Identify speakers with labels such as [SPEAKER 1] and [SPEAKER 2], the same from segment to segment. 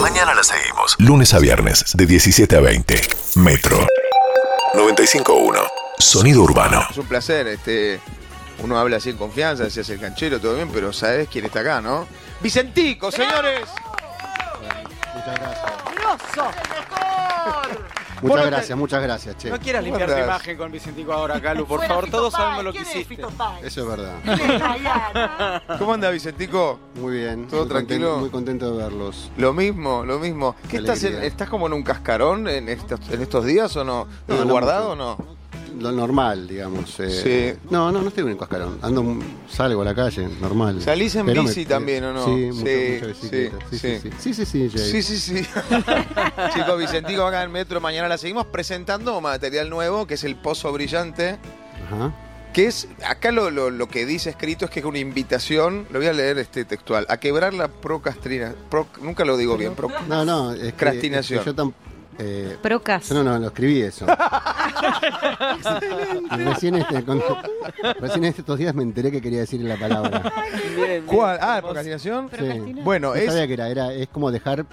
[SPEAKER 1] Mañana la seguimos. Lunes a viernes, de 17 a 20. Metro 95.1. Sonido urbano.
[SPEAKER 2] Es un placer, este, uno habla así en confianza, decías el canchero, todo bien, pero sabes quién está acá, ¿no? Vicentico, señores.
[SPEAKER 3] Muchas gracias.
[SPEAKER 4] ¡Grosso!
[SPEAKER 3] Muchas
[SPEAKER 2] no te-
[SPEAKER 3] gracias, muchas gracias, che.
[SPEAKER 5] No quieras limpiar tu
[SPEAKER 2] Guardas.
[SPEAKER 5] imagen con Vicentico ahora, Calu, por
[SPEAKER 4] Fuera
[SPEAKER 5] favor.
[SPEAKER 4] Fito
[SPEAKER 5] Todos
[SPEAKER 4] Páez.
[SPEAKER 5] sabemos lo que
[SPEAKER 4] ¿Quién es
[SPEAKER 5] hiciste.
[SPEAKER 4] Fito Páez?
[SPEAKER 3] Eso es verdad.
[SPEAKER 4] ¿Quién es Mariana?
[SPEAKER 2] ¿Cómo anda Vicentico?
[SPEAKER 3] Muy bien.
[SPEAKER 2] ¿Todo
[SPEAKER 3] muy contento-
[SPEAKER 2] tranquilo?
[SPEAKER 3] muy contento de verlos.
[SPEAKER 2] Lo mismo, lo mismo. ¿Qué
[SPEAKER 3] Qué
[SPEAKER 2] estás, en-
[SPEAKER 3] alegría.
[SPEAKER 2] ¿Estás como en un cascarón en estos, en estos días o no?
[SPEAKER 3] No, no
[SPEAKER 2] ¿Guardado
[SPEAKER 3] mucho.
[SPEAKER 2] o no?
[SPEAKER 3] Lo normal, digamos. eh,
[SPEAKER 2] Sí.
[SPEAKER 3] No, no, no estoy en un cascarón. Ando, salgo a la calle, normal.
[SPEAKER 2] ¿Salís en
[SPEAKER 3] Pero
[SPEAKER 2] bici también, o no?
[SPEAKER 3] Sí,
[SPEAKER 2] Sí,
[SPEAKER 3] mucho- mucha
[SPEAKER 2] sí,
[SPEAKER 3] bicicleta. Sí, sí,
[SPEAKER 2] sí.
[SPEAKER 3] sí. Sí, sí, sí, Jay.
[SPEAKER 2] Sí, sí, sí. Chicos, Vicentico acá en Metro, mañana la seguimos presentando material nuevo, que es el Pozo Brillante,
[SPEAKER 3] Ajá.
[SPEAKER 2] que es, acá lo, lo- lo que dice escrito es que es una invitación, lo voy a leer este textual, a quebrar la procrastrina, proc- nunca lo digo bien, proc-
[SPEAKER 3] No, no, es que-
[SPEAKER 2] Crastinación.
[SPEAKER 3] es que yo tam- eh,
[SPEAKER 6] Procas.
[SPEAKER 3] yo no, no, lo escribí eso. recién, este- con- recién estos días me enteré que quería decir la palabra.
[SPEAKER 5] Miren,
[SPEAKER 2] ¿Cuál? Ah,
[SPEAKER 5] hermoso.
[SPEAKER 2] procrastinación.
[SPEAKER 3] Sí.
[SPEAKER 2] Bueno,
[SPEAKER 3] No
[SPEAKER 2] es
[SPEAKER 3] sabía que era, era, es como dejar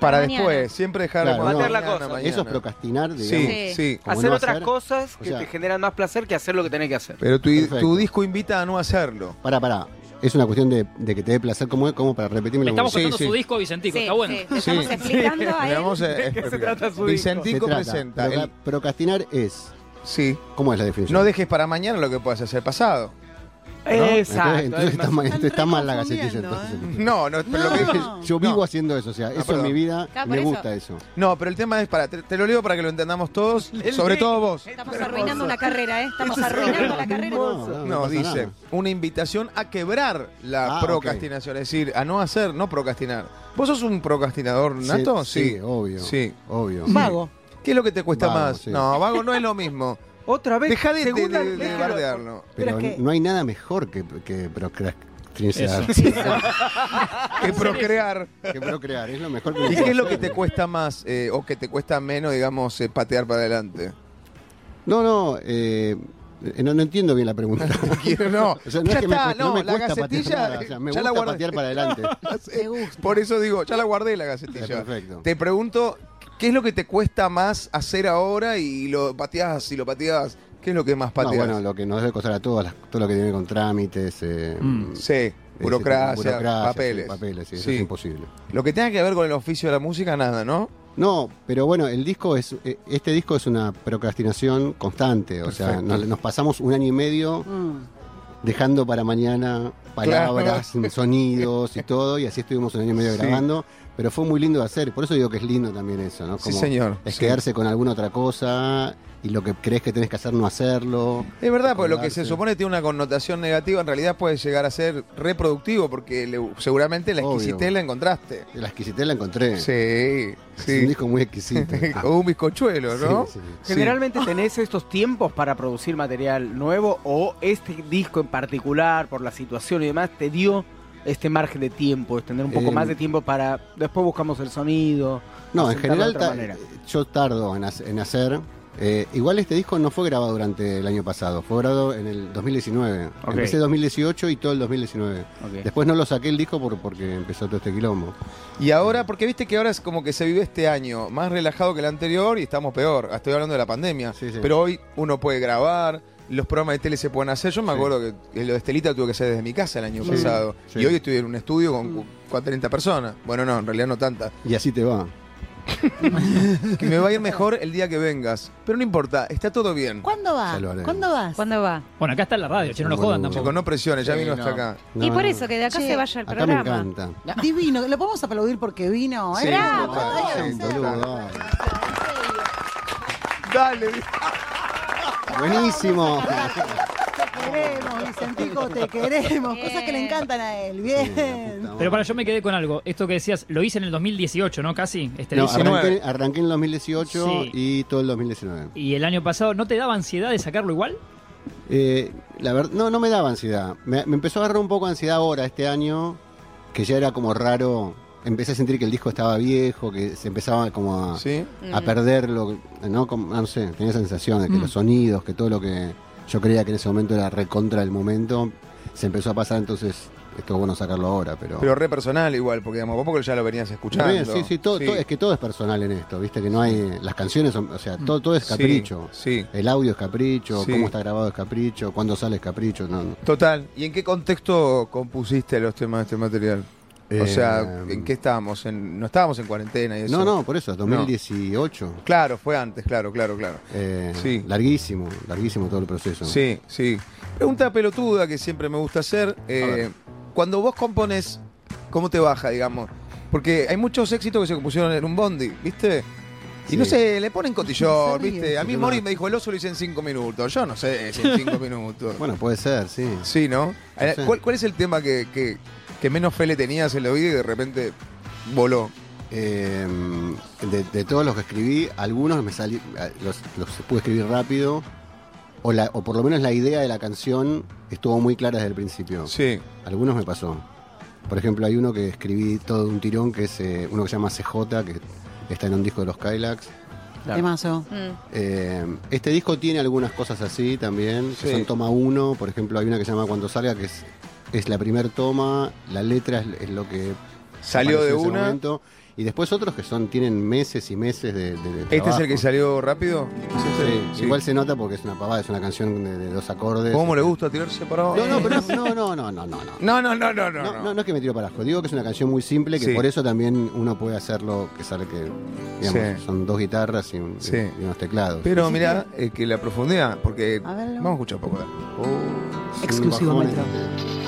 [SPEAKER 2] para
[SPEAKER 6] Mañana.
[SPEAKER 2] después, siempre dejar
[SPEAKER 3] Claro,
[SPEAKER 2] para
[SPEAKER 3] Patear
[SPEAKER 5] la
[SPEAKER 2] mañana,
[SPEAKER 5] cosa.
[SPEAKER 2] mañana.
[SPEAKER 3] Eso es procrastinar, digamos.
[SPEAKER 2] Sí,
[SPEAKER 6] Sí.
[SPEAKER 2] sí.
[SPEAKER 3] Como
[SPEAKER 5] Hacer
[SPEAKER 3] no
[SPEAKER 5] otras
[SPEAKER 3] hacer,
[SPEAKER 5] cosas
[SPEAKER 3] o
[SPEAKER 5] que
[SPEAKER 3] sea-
[SPEAKER 5] te generan más placer que hacer lo que tenés que hacer.
[SPEAKER 2] Pero tu,
[SPEAKER 3] Perfecto.
[SPEAKER 2] tu disco invita a no hacerlo.
[SPEAKER 3] Pará, pará. Es una cuestión de, de que te dé placer, como, como para repetirme
[SPEAKER 7] Le
[SPEAKER 3] lo
[SPEAKER 7] estamos
[SPEAKER 2] Sí,
[SPEAKER 7] contando
[SPEAKER 2] sí.
[SPEAKER 7] su disco a Vicentico,
[SPEAKER 6] Sí,
[SPEAKER 7] está bueno.
[SPEAKER 6] sí, te estamos
[SPEAKER 2] Sí.
[SPEAKER 6] explicando a
[SPEAKER 2] Le
[SPEAKER 6] él.
[SPEAKER 2] vamos a-
[SPEAKER 5] ¿De qué se trata su disco?
[SPEAKER 2] Vicentico presenta. el-
[SPEAKER 3] Procrastinar es.
[SPEAKER 2] sí.
[SPEAKER 3] ¿Cómo es la definición?
[SPEAKER 2] No dejes para mañana lo que puedas hacer pasado.
[SPEAKER 3] ¿No? Entonces-
[SPEAKER 5] Exacto.
[SPEAKER 3] Entonces, está, mal- entonces está mal la
[SPEAKER 4] reconfundiendo,
[SPEAKER 3] galletilla. Entonces.
[SPEAKER 2] No, no, pero lo que dije-
[SPEAKER 3] Yo vivo
[SPEAKER 2] No. Ah,
[SPEAKER 3] haciendo eso, o sea, eso
[SPEAKER 2] perdón.
[SPEAKER 3] en mi vida
[SPEAKER 6] Claro, por
[SPEAKER 3] me
[SPEAKER 6] eso.
[SPEAKER 3] gusta eso.
[SPEAKER 2] No, pero el tema es para. Te, te lo leo para que lo entendamos todos,
[SPEAKER 5] Le
[SPEAKER 2] sobre
[SPEAKER 5] leo.
[SPEAKER 2] todo vos.
[SPEAKER 6] Estamos arruinando una carrera, ¿eh? Estamos arruinando la carrera.
[SPEAKER 2] No,
[SPEAKER 3] Ah, pasa
[SPEAKER 2] dice,
[SPEAKER 3] nada.
[SPEAKER 2] una invitación a quebrar la
[SPEAKER 3] Ah,
[SPEAKER 2] procrastinación, es decir, a no hacer, no procrastinar. ¿Vos sos un procrastinador nato?
[SPEAKER 3] Sí, sí, obvio.
[SPEAKER 2] Sí.
[SPEAKER 3] Obvio.
[SPEAKER 5] Vago.
[SPEAKER 2] ¿Qué es lo que te cuesta
[SPEAKER 3] Vago,
[SPEAKER 2] más?
[SPEAKER 3] sí.
[SPEAKER 2] No, vago no es lo mismo.
[SPEAKER 5] Otra vez.
[SPEAKER 2] Deja de, de-
[SPEAKER 5] segunda-
[SPEAKER 2] de- de
[SPEAKER 5] déjalo.
[SPEAKER 2] bardearlo.
[SPEAKER 3] Pero
[SPEAKER 4] Pero es que-
[SPEAKER 3] no hay nada mejor que, que procrastinar.
[SPEAKER 7] Eso.
[SPEAKER 2] Que procrear.
[SPEAKER 3] Que procrear, es lo mejor que
[SPEAKER 2] ¿Y qué es lo que te cuesta más eh, o que te cuesta menos, digamos, eh, patear para adelante?
[SPEAKER 3] No, no, eh, eh, no, no entiendo bien la pregunta.
[SPEAKER 2] Quiero, no.
[SPEAKER 3] O sea, no
[SPEAKER 2] Ya
[SPEAKER 3] es que me
[SPEAKER 2] está,
[SPEAKER 3] cueste- no
[SPEAKER 2] no,
[SPEAKER 3] me
[SPEAKER 2] la
[SPEAKER 3] cuesta patear
[SPEAKER 2] gacetilla,
[SPEAKER 3] nada, o sea, me
[SPEAKER 2] ya la
[SPEAKER 3] gusta
[SPEAKER 2] guardé.
[SPEAKER 3] patear para adelante.
[SPEAKER 2] Por eso digo, ya la guardé la gacetilla.
[SPEAKER 3] Perfecto.
[SPEAKER 2] Te pregunto, ¿qué es lo que te cuesta más hacer ahora y lo pateás, si lo pateás? ¿Qué es lo que más
[SPEAKER 3] No,
[SPEAKER 2] pateás?
[SPEAKER 3] bueno, lo que nos debe costar a todos, las- todo lo que tiene con trámites, eh,
[SPEAKER 7] Mm.
[SPEAKER 2] Sí,
[SPEAKER 3] ese tipo de
[SPEAKER 2] burocracia,
[SPEAKER 3] burocracia,
[SPEAKER 2] papeles.
[SPEAKER 3] sí, papeles, sí, eso
[SPEAKER 2] Sí.
[SPEAKER 3] es imposible.
[SPEAKER 2] Lo que tenga que ver con el oficio de la música, nada, ¿no?
[SPEAKER 3] No, pero bueno, el disco es, eh, este disco es una procrastinación constante, o sea,
[SPEAKER 2] Perfecto. Mm.
[SPEAKER 3] nos, nos pasamos un año y medio dejando para mañana palabras, sonidos y todo, y así estuvimos un año y medio
[SPEAKER 2] Sí.
[SPEAKER 3] grabando, pero fue muy lindo de hacer, por eso digo que es lindo también eso, ¿no?
[SPEAKER 2] Sí,
[SPEAKER 3] Como
[SPEAKER 2] señor.
[SPEAKER 3] Es
[SPEAKER 2] sí.
[SPEAKER 3] quedarse con alguna otra cosa y lo que crees que tenés que hacer no hacerlo.
[SPEAKER 2] Es verdad, porque lo que se
[SPEAKER 3] Acordarse.
[SPEAKER 2] supone tiene una connotación negativa, en realidad puede llegar a ser reproductivo, porque le- seguramente la
[SPEAKER 3] Obvio.
[SPEAKER 2] exquisitez la encontraste.
[SPEAKER 3] La exquisitez la encontré.
[SPEAKER 2] Sí,
[SPEAKER 3] Es un
[SPEAKER 2] sí.
[SPEAKER 3] disco muy exquisito. Ah.
[SPEAKER 2] Como un bizcochuelo, ¿no?
[SPEAKER 3] Sí, sí.
[SPEAKER 2] Sí.
[SPEAKER 5] Generalmente tenés estos tiempos para producir material nuevo o este disco en particular, por la situación y demás, te dio este margen de tiempo, tener un poco
[SPEAKER 3] Eh,
[SPEAKER 5] más de tiempo para después buscamos el sonido.
[SPEAKER 3] No, en
[SPEAKER 5] presentarlo
[SPEAKER 3] general
[SPEAKER 5] de otra
[SPEAKER 3] ta-
[SPEAKER 5] manera.
[SPEAKER 3] yo tardo en, hac- en hacer. eh, igual este disco no fue grabado durante el año pasado, fue grabado en el 2019.
[SPEAKER 5] Ok.
[SPEAKER 3] Empecé 2018 y todo el 2019.
[SPEAKER 5] Ok.
[SPEAKER 3] Después no lo saqué el disco por- porque empezó todo este quilombo.
[SPEAKER 2] Y ahora, porque viste que ahora es como que se vive este año más relajado que el anterior y estamos peor. Estoy hablando de la pandemia.
[SPEAKER 3] Sí, sí.
[SPEAKER 2] Pero hoy uno puede grabar, los programas de tele se pueden hacer. Yo me
[SPEAKER 3] Sí.
[SPEAKER 2] acuerdo que que lo de Estelita tuve que hacer desde mi casa el año
[SPEAKER 3] Sí,
[SPEAKER 2] pasado.
[SPEAKER 3] sí.
[SPEAKER 2] Y hoy estuve en un estudio con cu- 40 personas. Bueno, no, en realidad no tantas.
[SPEAKER 3] Y así te va.
[SPEAKER 2] Que me va a ir mejor el día que vengas. Pero no importa, está todo bien.
[SPEAKER 4] ¿Cuándo va?
[SPEAKER 3] Ya lo haremos.
[SPEAKER 4] ¿Cuándo vas?
[SPEAKER 6] ¿Cuándo va?
[SPEAKER 7] Bueno, acá está en la radio, che, no nos
[SPEAKER 3] Boludo.
[SPEAKER 7] jodan tampoco.
[SPEAKER 2] Chicos, no presiones, ya
[SPEAKER 5] Sí,
[SPEAKER 2] vino hasta
[SPEAKER 5] no.
[SPEAKER 2] acá.
[SPEAKER 6] y
[SPEAKER 3] No,
[SPEAKER 6] por
[SPEAKER 3] no.
[SPEAKER 6] eso, que de acá
[SPEAKER 4] Che,
[SPEAKER 6] se vaya el
[SPEAKER 3] Acá me
[SPEAKER 6] programa.
[SPEAKER 3] encanta.
[SPEAKER 4] Divino. Lo podemos aplaudir porque vino.
[SPEAKER 2] Sí,
[SPEAKER 4] ¿eh?
[SPEAKER 2] Bravo,
[SPEAKER 4] Todo
[SPEAKER 2] sí,
[SPEAKER 4] eso.
[SPEAKER 3] boludo, dale.
[SPEAKER 2] Dale,
[SPEAKER 3] Buenísimo.
[SPEAKER 4] Te queremos, Vicentico, te queremos.
[SPEAKER 6] Bien.
[SPEAKER 4] Cosas que le encantan a él. Bien.
[SPEAKER 7] Pero para yo me quedé con algo. Esto que decías, lo hice en el 2018, ¿no? Casi. Este
[SPEAKER 3] No,
[SPEAKER 7] disco.
[SPEAKER 3] arranqué, arranqué en el 2018
[SPEAKER 7] Sí.
[SPEAKER 3] y todo el 2019.
[SPEAKER 7] Y el año pasado, ¿no te daba ansiedad de sacarlo igual?
[SPEAKER 3] Eh, la verdad, no, no me daba ansiedad. Me, me empezó a agarrar un poco de ansiedad ahora, este año, que ya era como raro. Empecé a sentir que el disco estaba viejo, que se empezaba como a,
[SPEAKER 2] Sí.
[SPEAKER 3] a perderlo, ¿no? Como- no sé, tenía esa sensación
[SPEAKER 2] Mm.
[SPEAKER 3] de que los sonidos, que todo lo que yo creía que en ese momento era recontra del momento, se empezó a pasar, entonces Esto es bueno sacarlo ahora, pero.
[SPEAKER 2] Pero re personal igual, porque digamos, vos porque ya lo venías escuchando.
[SPEAKER 3] Re- sí, sí, todo, todo- es que todo es personal en esto, viste que no hay. Las canciones son, o sea, todo, todo es
[SPEAKER 2] Mm. Sí,
[SPEAKER 3] capricho.
[SPEAKER 2] Sí,
[SPEAKER 3] El audio es capricho,
[SPEAKER 2] Sí.
[SPEAKER 3] cómo está grabado es capricho, cuándo sale es capricho, no, no.
[SPEAKER 2] Total. ¿Y en qué contexto compusiste los temas de este material? O sea,
[SPEAKER 3] Eh,
[SPEAKER 2] ¿en qué estábamos? En- no estábamos en cuarentena y eso.
[SPEAKER 3] No, no, por eso, 2018.
[SPEAKER 2] Claro, fue antes, claro, claro, claro.
[SPEAKER 3] eh,
[SPEAKER 2] Sí.
[SPEAKER 3] Larguísimo, larguísimo todo el proceso.
[SPEAKER 2] Sí, sí. Pregunta pelotuda que siempre me gusta hacer. eh,
[SPEAKER 3] ver.
[SPEAKER 2] cuando vos compones, ¿cómo te baja, digamos? Porque hay muchos éxitos que se compusieron en un bondi, ¿viste? Y
[SPEAKER 3] Sí.
[SPEAKER 2] no sé, le ponen cotillón,
[SPEAKER 4] Salía.
[SPEAKER 2] ¿viste? A mí
[SPEAKER 3] Sí,
[SPEAKER 2] Mori
[SPEAKER 3] no.
[SPEAKER 2] me dijo, el oso lo hice en cinco minutos. Yo no sé si en cinco minutos.
[SPEAKER 3] Bueno, puede ser, sí.
[SPEAKER 2] Sí, ¿no? Eh,
[SPEAKER 3] sé.
[SPEAKER 2] ¿Cuál, cuál es el tema que, que- que menos fe le tenías en la vida y de repente voló?
[SPEAKER 3] Eh, de, de todos los que escribí, algunos me sali- los, los pude escribir rápido. O, la- o por lo menos la idea de la canción estuvo muy clara desde el principio.
[SPEAKER 2] Sí.
[SPEAKER 3] Algunos me pasó. Por ejemplo, hay uno que escribí todo de un tirón, que es eh, uno que se llama CJ, que está en un disco de los Kylax.
[SPEAKER 4] Temazo.
[SPEAKER 6] Mm.
[SPEAKER 3] Eh, este disco tiene algunas cosas así también, que
[SPEAKER 2] Sí.
[SPEAKER 3] son toma uno, por ejemplo, hay una que se llama Cuando salga, que es, es la primer toma, la letra es, es lo que
[SPEAKER 2] Salió de
[SPEAKER 3] apareció en ese
[SPEAKER 2] una.
[SPEAKER 3] momento, y después otros que son tienen meses y meses de, de- de
[SPEAKER 2] ¿Este es
[SPEAKER 3] trabajo.
[SPEAKER 2] el que salió rápido? ¿Es
[SPEAKER 3] Sí,
[SPEAKER 2] este? Sí.
[SPEAKER 3] Igual se nota porque es una pavada, es una canción de, de dos acordes.
[SPEAKER 2] ¿Cómo le gusta tirarse para abajo?
[SPEAKER 3] No, no, pero no, no, no, no, no, no.
[SPEAKER 2] No, no, no, no, no.
[SPEAKER 3] No,
[SPEAKER 2] no.
[SPEAKER 3] no, no es que me tiro para abajo. Digo que es una canción muy simple que
[SPEAKER 2] Sí.
[SPEAKER 3] por eso también uno puede hacerlo, que sale que digamos,
[SPEAKER 2] Sí.
[SPEAKER 3] son dos guitarras y, un-
[SPEAKER 2] Sí.
[SPEAKER 3] y unos teclados.
[SPEAKER 2] Pero mirá, eh, que la profundidad, porque
[SPEAKER 4] A verlo.
[SPEAKER 2] vamos a escuchar un poco. dale.
[SPEAKER 4] Exclusivo,
[SPEAKER 3] Oh, Bajones.
[SPEAKER 4] Metro.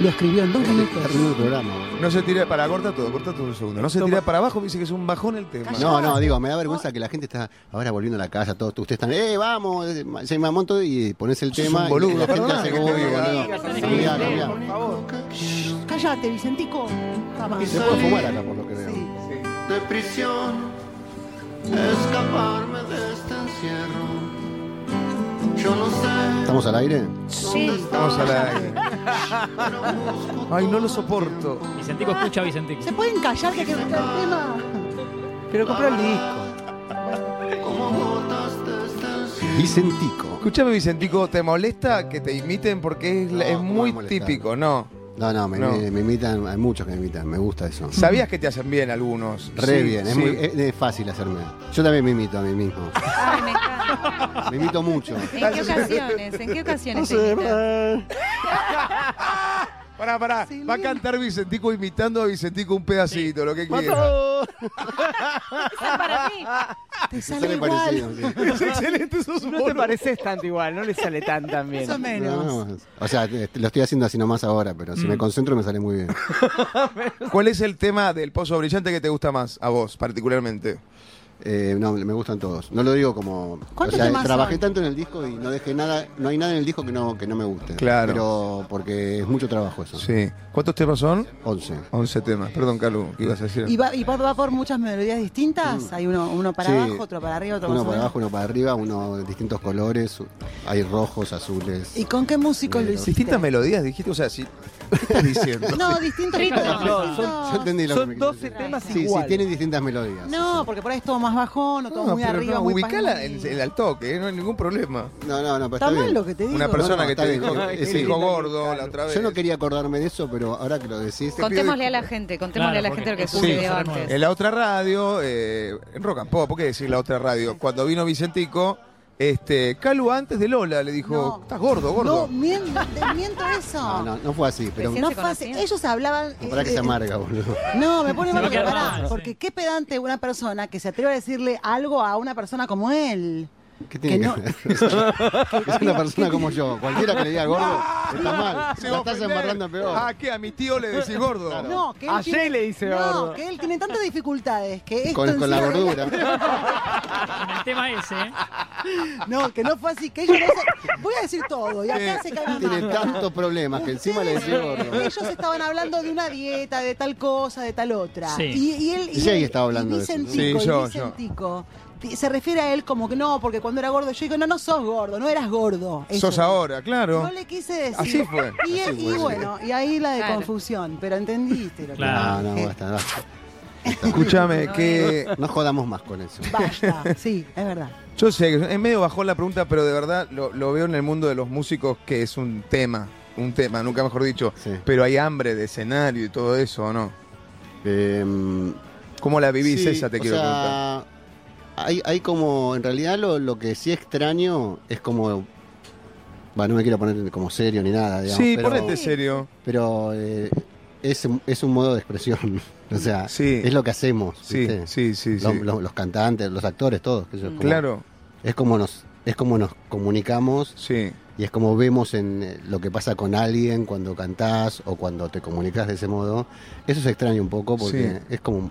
[SPEAKER 4] Lo escribió en dos
[SPEAKER 3] Está
[SPEAKER 4] minutos.
[SPEAKER 3] terminando el programa. boludo.
[SPEAKER 2] No se tira para, corta todo, corta todo un segundo. No se tira para abajo, dice que es un bajón el tema.
[SPEAKER 3] No, no, digo, me da vergüenza que la gente está ahora volviendo a la casa, todos ustedes están, ¡eh, vamos! eh, Se mamón todo y pones el
[SPEAKER 2] Sos
[SPEAKER 3] tema
[SPEAKER 2] un boludo,
[SPEAKER 3] y la gente
[SPEAKER 2] perdona
[SPEAKER 3] hace
[SPEAKER 2] que te
[SPEAKER 3] como,
[SPEAKER 2] diga.
[SPEAKER 3] boludo.
[SPEAKER 7] Sí,
[SPEAKER 3] Cambiá,
[SPEAKER 7] sí,
[SPEAKER 3] cambiá.
[SPEAKER 7] por favor.
[SPEAKER 4] Shh, Cállate, Vicentico. Está mal.
[SPEAKER 3] Se puede fumar acá, por lo que veo. De prisión, escaparme de este encierro. Yo no sé. ¿Estamos al aire?
[SPEAKER 6] Sí.
[SPEAKER 2] Vamos a la. Ay, no lo soporto.
[SPEAKER 7] Vicentico escucha a Vicentico.
[SPEAKER 4] ¿Se pueden callar que quiero escuchar el tema?
[SPEAKER 5] Pero compró el disco.
[SPEAKER 3] Vicentico.
[SPEAKER 2] Escúchame, Vicentico, ¿te molesta que te imiten? Porque es, la-
[SPEAKER 3] No,
[SPEAKER 2] es
[SPEAKER 3] ¿cómo me
[SPEAKER 2] muy
[SPEAKER 3] molesta?
[SPEAKER 2] típico, ¿no.
[SPEAKER 3] No, no, me,
[SPEAKER 2] No.
[SPEAKER 3] me- me imitan, hay muchos que me imitan, me gusta eso.
[SPEAKER 2] Sabías que te hacen bien algunos.
[SPEAKER 3] Re
[SPEAKER 2] Sí,
[SPEAKER 3] bien, es,
[SPEAKER 2] sí.
[SPEAKER 3] muy, eh, es- es fácil hacerme. Yo también me imito a mí mismo.
[SPEAKER 6] Ay, me encanta.
[SPEAKER 3] Me imito mucho.
[SPEAKER 6] ¿En qué ocasiones? ¿En qué ocasiones? te invitan?
[SPEAKER 2] Pará, pará. Va a cantar Vicentico imitando a Vicentico un pedacito, lo que quiera.
[SPEAKER 3] ¡Mató!
[SPEAKER 6] Esa es para mí.
[SPEAKER 4] Te
[SPEAKER 3] Se
[SPEAKER 4] sale
[SPEAKER 3] sale
[SPEAKER 4] igual.
[SPEAKER 3] parecido. sí.
[SPEAKER 2] Es excelente, sos un
[SPEAKER 5] No te
[SPEAKER 2] boludo.
[SPEAKER 5] pareces tanto igual, no le sale tan tan bien.
[SPEAKER 4] Más o menos.
[SPEAKER 3] No, o sea, te- te- lo estoy haciendo así nomás ahora, pero
[SPEAKER 4] Mm.
[SPEAKER 3] si me concentro me sale muy bien.
[SPEAKER 2] ¿Cuál es el tema del Pozo Brillante que te gusta más a vos, particularmente?
[SPEAKER 3] Eh, no, me gustan todos. No lo digo como. O
[SPEAKER 4] ¿Cuántos
[SPEAKER 3] sea,
[SPEAKER 4] temas
[SPEAKER 3] trabajé
[SPEAKER 4] son?
[SPEAKER 3] tanto en el disco y no dejé nada. No hay nada en el disco que no, que no me guste.
[SPEAKER 2] Claro.
[SPEAKER 3] Pero porque es mucho trabajo eso.
[SPEAKER 2] Sí. ¿Cuántos temas son?
[SPEAKER 3] 11.
[SPEAKER 2] 11 temas. Perdón, Calu, ¿qué ibas a decir?
[SPEAKER 4] ¿Y va, y va- va por muchas melodías distintas? ¿Hay uno, uno para
[SPEAKER 3] Mm. Sí.
[SPEAKER 4] abajo, otro para arriba, otro
[SPEAKER 3] Uno
[SPEAKER 4] más o
[SPEAKER 3] para
[SPEAKER 4] menos?
[SPEAKER 3] abajo, uno para arriba, uno de distintos colores. Hay rojos, azules.
[SPEAKER 4] ¿Y con qué músico lo
[SPEAKER 3] Negro.
[SPEAKER 4] hiciste?
[SPEAKER 2] Distintas melodías, dijiste, o sea, sí. ¿qué estás diciendo?
[SPEAKER 4] No, distintos ritmos.
[SPEAKER 5] No, no,
[SPEAKER 4] distintos-
[SPEAKER 3] Yo entendí lo
[SPEAKER 5] Son
[SPEAKER 3] que me quisiste
[SPEAKER 5] 12
[SPEAKER 3] decir.
[SPEAKER 5] temas
[SPEAKER 3] Sí, sí,
[SPEAKER 5] iguales.
[SPEAKER 3] tienen distintas melodías.
[SPEAKER 4] No, porque por ahí es todo más bajón o todo
[SPEAKER 2] No,
[SPEAKER 4] muy
[SPEAKER 2] pero
[SPEAKER 4] arriba,
[SPEAKER 2] no,
[SPEAKER 4] muy
[SPEAKER 2] ubicala
[SPEAKER 4] pasmí.
[SPEAKER 2] en, en al toque, ¿eh? no hay ningún problema.
[SPEAKER 3] No, no, no, pero
[SPEAKER 4] Está
[SPEAKER 3] está
[SPEAKER 4] mal
[SPEAKER 3] bien.
[SPEAKER 4] lo que te digo.
[SPEAKER 2] Una persona
[SPEAKER 3] no,
[SPEAKER 2] que
[SPEAKER 3] está
[SPEAKER 2] te
[SPEAKER 3] bien.
[SPEAKER 2] dijo,
[SPEAKER 3] Ay,
[SPEAKER 2] es
[SPEAKER 3] sí.
[SPEAKER 2] hijo gordo la otra vez.
[SPEAKER 3] Yo no quería acordarme de eso, pero ahora que lo decís.
[SPEAKER 6] Contémosle a la gente, contémosle a la
[SPEAKER 7] Claro,
[SPEAKER 6] gente lo que
[SPEAKER 7] porque-
[SPEAKER 6] sucedió
[SPEAKER 7] Sí.
[SPEAKER 6] antes.
[SPEAKER 2] En la otra radio, eh, en Rock and Pop, ¿por qué decir la otra radio? Cuando vino Vicentico, este, Calu antes de Lola le dijo,
[SPEAKER 4] No.
[SPEAKER 2] estás gordo, gordo.
[SPEAKER 4] No, miento, te miento eso.
[SPEAKER 3] No, no, no fue así, pero.
[SPEAKER 6] Recién
[SPEAKER 4] No
[SPEAKER 6] se
[SPEAKER 4] fue así.
[SPEAKER 6] conocían.
[SPEAKER 4] Ellos hablaban.
[SPEAKER 3] No, Pará que se
[SPEAKER 4] eh,
[SPEAKER 3] amarga, boludo.
[SPEAKER 4] No, me pone
[SPEAKER 7] Se
[SPEAKER 4] mal
[SPEAKER 7] va a
[SPEAKER 4] porque
[SPEAKER 7] quedar
[SPEAKER 4] pará,
[SPEAKER 7] mal, sí.
[SPEAKER 4] porque qué pedante una persona que se atreve a decirle algo a una persona como él.
[SPEAKER 3] ¿Qué tiene que,
[SPEAKER 4] no-
[SPEAKER 3] ver? es una persona como yo. Cualquiera que le diga gordo está mal.
[SPEAKER 2] Se
[SPEAKER 3] La
[SPEAKER 2] va a
[SPEAKER 3] estás
[SPEAKER 2] ofender.
[SPEAKER 3] embarrando peor.
[SPEAKER 2] Ah, ¿qué? A mi tío le decís gordo.
[SPEAKER 4] No, que él
[SPEAKER 5] Ayer
[SPEAKER 4] tiene-
[SPEAKER 5] le dice
[SPEAKER 4] No,
[SPEAKER 5] gordo.
[SPEAKER 4] que él tiene tantas dificultades que esto
[SPEAKER 3] con, con la
[SPEAKER 4] encima-
[SPEAKER 3] gordura.
[SPEAKER 7] Con el tema ese, ¿eh?
[SPEAKER 4] No, que no fue así, que ellos no se- Voy a decir todo, y acá se cae
[SPEAKER 3] tiene tantos problemas que encima le decís gordo.
[SPEAKER 4] Ellos estaban hablando de una dieta, de tal cosa, de tal otra.
[SPEAKER 7] Sí.
[SPEAKER 4] Y, y él y
[SPEAKER 3] Jay
[SPEAKER 4] él-
[SPEAKER 3] estaba hablando
[SPEAKER 4] y
[SPEAKER 3] de eso.
[SPEAKER 4] Vicentico,
[SPEAKER 2] Sí,
[SPEAKER 4] y
[SPEAKER 2] yo,
[SPEAKER 4] Vicentico, ti- Se refiere a él como que no, porque cuando era gordo, yo digo, no, no sos gordo, no eras gordo. Eso.
[SPEAKER 2] Sos ahora, claro.
[SPEAKER 4] No le quise decir.
[SPEAKER 2] Así fue.
[SPEAKER 4] Y, él-
[SPEAKER 3] Así
[SPEAKER 4] y
[SPEAKER 3] fue, sí.
[SPEAKER 4] bueno, y ahí la de
[SPEAKER 6] Claro.
[SPEAKER 4] confusión, pero entendiste lo que
[SPEAKER 3] No,
[SPEAKER 7] Claro.
[SPEAKER 3] no, basta, basta.
[SPEAKER 2] Escúchame, que
[SPEAKER 3] No jodamos más con eso.
[SPEAKER 4] Basta, sí, es verdad.
[SPEAKER 2] yo sé que es medio bajó la pregunta, pero de verdad lo, lo veo en el mundo de los músicos que es un tema. un tema, nunca mejor dicho,
[SPEAKER 3] Sí.
[SPEAKER 2] pero hay hambre de escenario y todo eso, ¿o no?
[SPEAKER 3] Em,
[SPEAKER 2] ¿Cómo la vivís
[SPEAKER 3] sí,
[SPEAKER 2] esa? Te
[SPEAKER 3] o
[SPEAKER 2] quiero
[SPEAKER 3] sea,
[SPEAKER 2] preguntar.
[SPEAKER 3] Hay, hay como, en realidad lo, lo que sí extraño es como, va, no me quiero poner como serio ni nada, digamos,
[SPEAKER 2] sí,
[SPEAKER 3] pero,
[SPEAKER 2] ponete serio.
[SPEAKER 3] pero eh, es, es un modo de expresión, o sea,
[SPEAKER 2] Sí.
[SPEAKER 3] es lo que hacemos,
[SPEAKER 2] Sí,
[SPEAKER 3] ¿viste?
[SPEAKER 2] sí, sí,
[SPEAKER 3] Lo-
[SPEAKER 2] sí.
[SPEAKER 3] lo- los cantantes, los actores, todos. qué sé yo,
[SPEAKER 6] Mm.
[SPEAKER 3] como-
[SPEAKER 2] Claro,
[SPEAKER 3] Es como nos, es como nos comunicamos
[SPEAKER 2] sí.
[SPEAKER 3] y es como vemos en eh, lo que pasa con alguien cuando cantás o cuando te comunicas de ese modo. Eso se extraña un poco porque
[SPEAKER 2] Sí.
[SPEAKER 3] es como,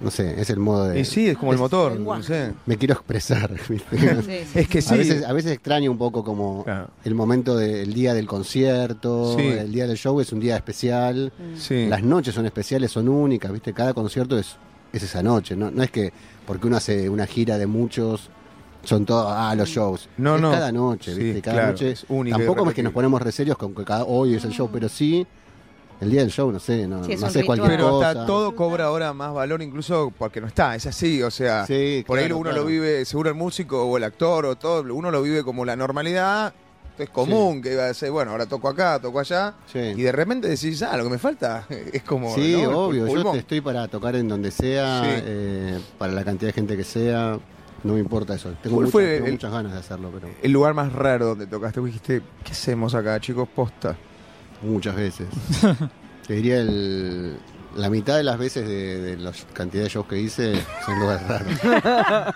[SPEAKER 3] no sé, es el modo de...
[SPEAKER 2] Y sí, es como el
[SPEAKER 3] es-
[SPEAKER 2] motor,
[SPEAKER 4] lenguaje.
[SPEAKER 2] no sé.
[SPEAKER 3] Me quiero expresar. ¿viste?
[SPEAKER 6] Sí, sí.
[SPEAKER 2] Es que sí.
[SPEAKER 3] a, veces, a veces extraño un poco como
[SPEAKER 2] Claro.
[SPEAKER 3] el momento del día del concierto,
[SPEAKER 2] Sí.
[SPEAKER 3] el día del show es un día especial.
[SPEAKER 2] Sí.
[SPEAKER 3] Las noches son especiales, son únicas, ¿viste? Cada concierto es, es esa noche, ¿no? No es que porque uno hace una gira de muchos, son todos, ah, los shows.
[SPEAKER 2] No,
[SPEAKER 3] Es
[SPEAKER 2] no.
[SPEAKER 3] Cada noche,
[SPEAKER 2] Sí,
[SPEAKER 3] ¿viste? cada
[SPEAKER 2] claro,
[SPEAKER 3] noche.
[SPEAKER 2] es única y
[SPEAKER 3] Tampoco es que
[SPEAKER 2] repetible.
[SPEAKER 3] nos ponemos reserios con que cada, hoy es el show, pero sí, el día del show, no sé, no,
[SPEAKER 6] Sí, es
[SPEAKER 3] no
[SPEAKER 6] un
[SPEAKER 3] haces cualquier
[SPEAKER 6] ritual.
[SPEAKER 2] Pero
[SPEAKER 3] cosa.
[SPEAKER 2] hasta todo cobra ahora más valor, incluso porque no está, es así, o sea,
[SPEAKER 3] Sí,
[SPEAKER 2] por ahí
[SPEAKER 3] claro,
[SPEAKER 2] uno
[SPEAKER 3] claro.
[SPEAKER 2] lo vive, seguro el músico o el actor o todo, uno lo vive como la normalidad, esto es común, que iba a decir, bueno, ahora toco acá, toco allá,
[SPEAKER 3] Sí.
[SPEAKER 2] y de repente decís, ah, lo que me falta es como
[SPEAKER 3] Sí,
[SPEAKER 2] ¿no? el
[SPEAKER 3] obvio, yo
[SPEAKER 2] pulmón.
[SPEAKER 3] te estoy para tocar en donde sea,
[SPEAKER 2] Sí.
[SPEAKER 3] eh, para la cantidad de gente que sea, no me importa eso. Tengo,
[SPEAKER 2] ¿Cuál
[SPEAKER 3] muchas,
[SPEAKER 2] fue
[SPEAKER 3] tengo
[SPEAKER 2] el-
[SPEAKER 3] muchas ganas de hacerlo, pero
[SPEAKER 2] El lugar más raro donde tocaste, vos dijiste, ¿qué hacemos acá, chicos? Posta.
[SPEAKER 3] muchas veces. Te diría el, la mitad de las veces de, de la cantidad de shows que hice son lugares raros.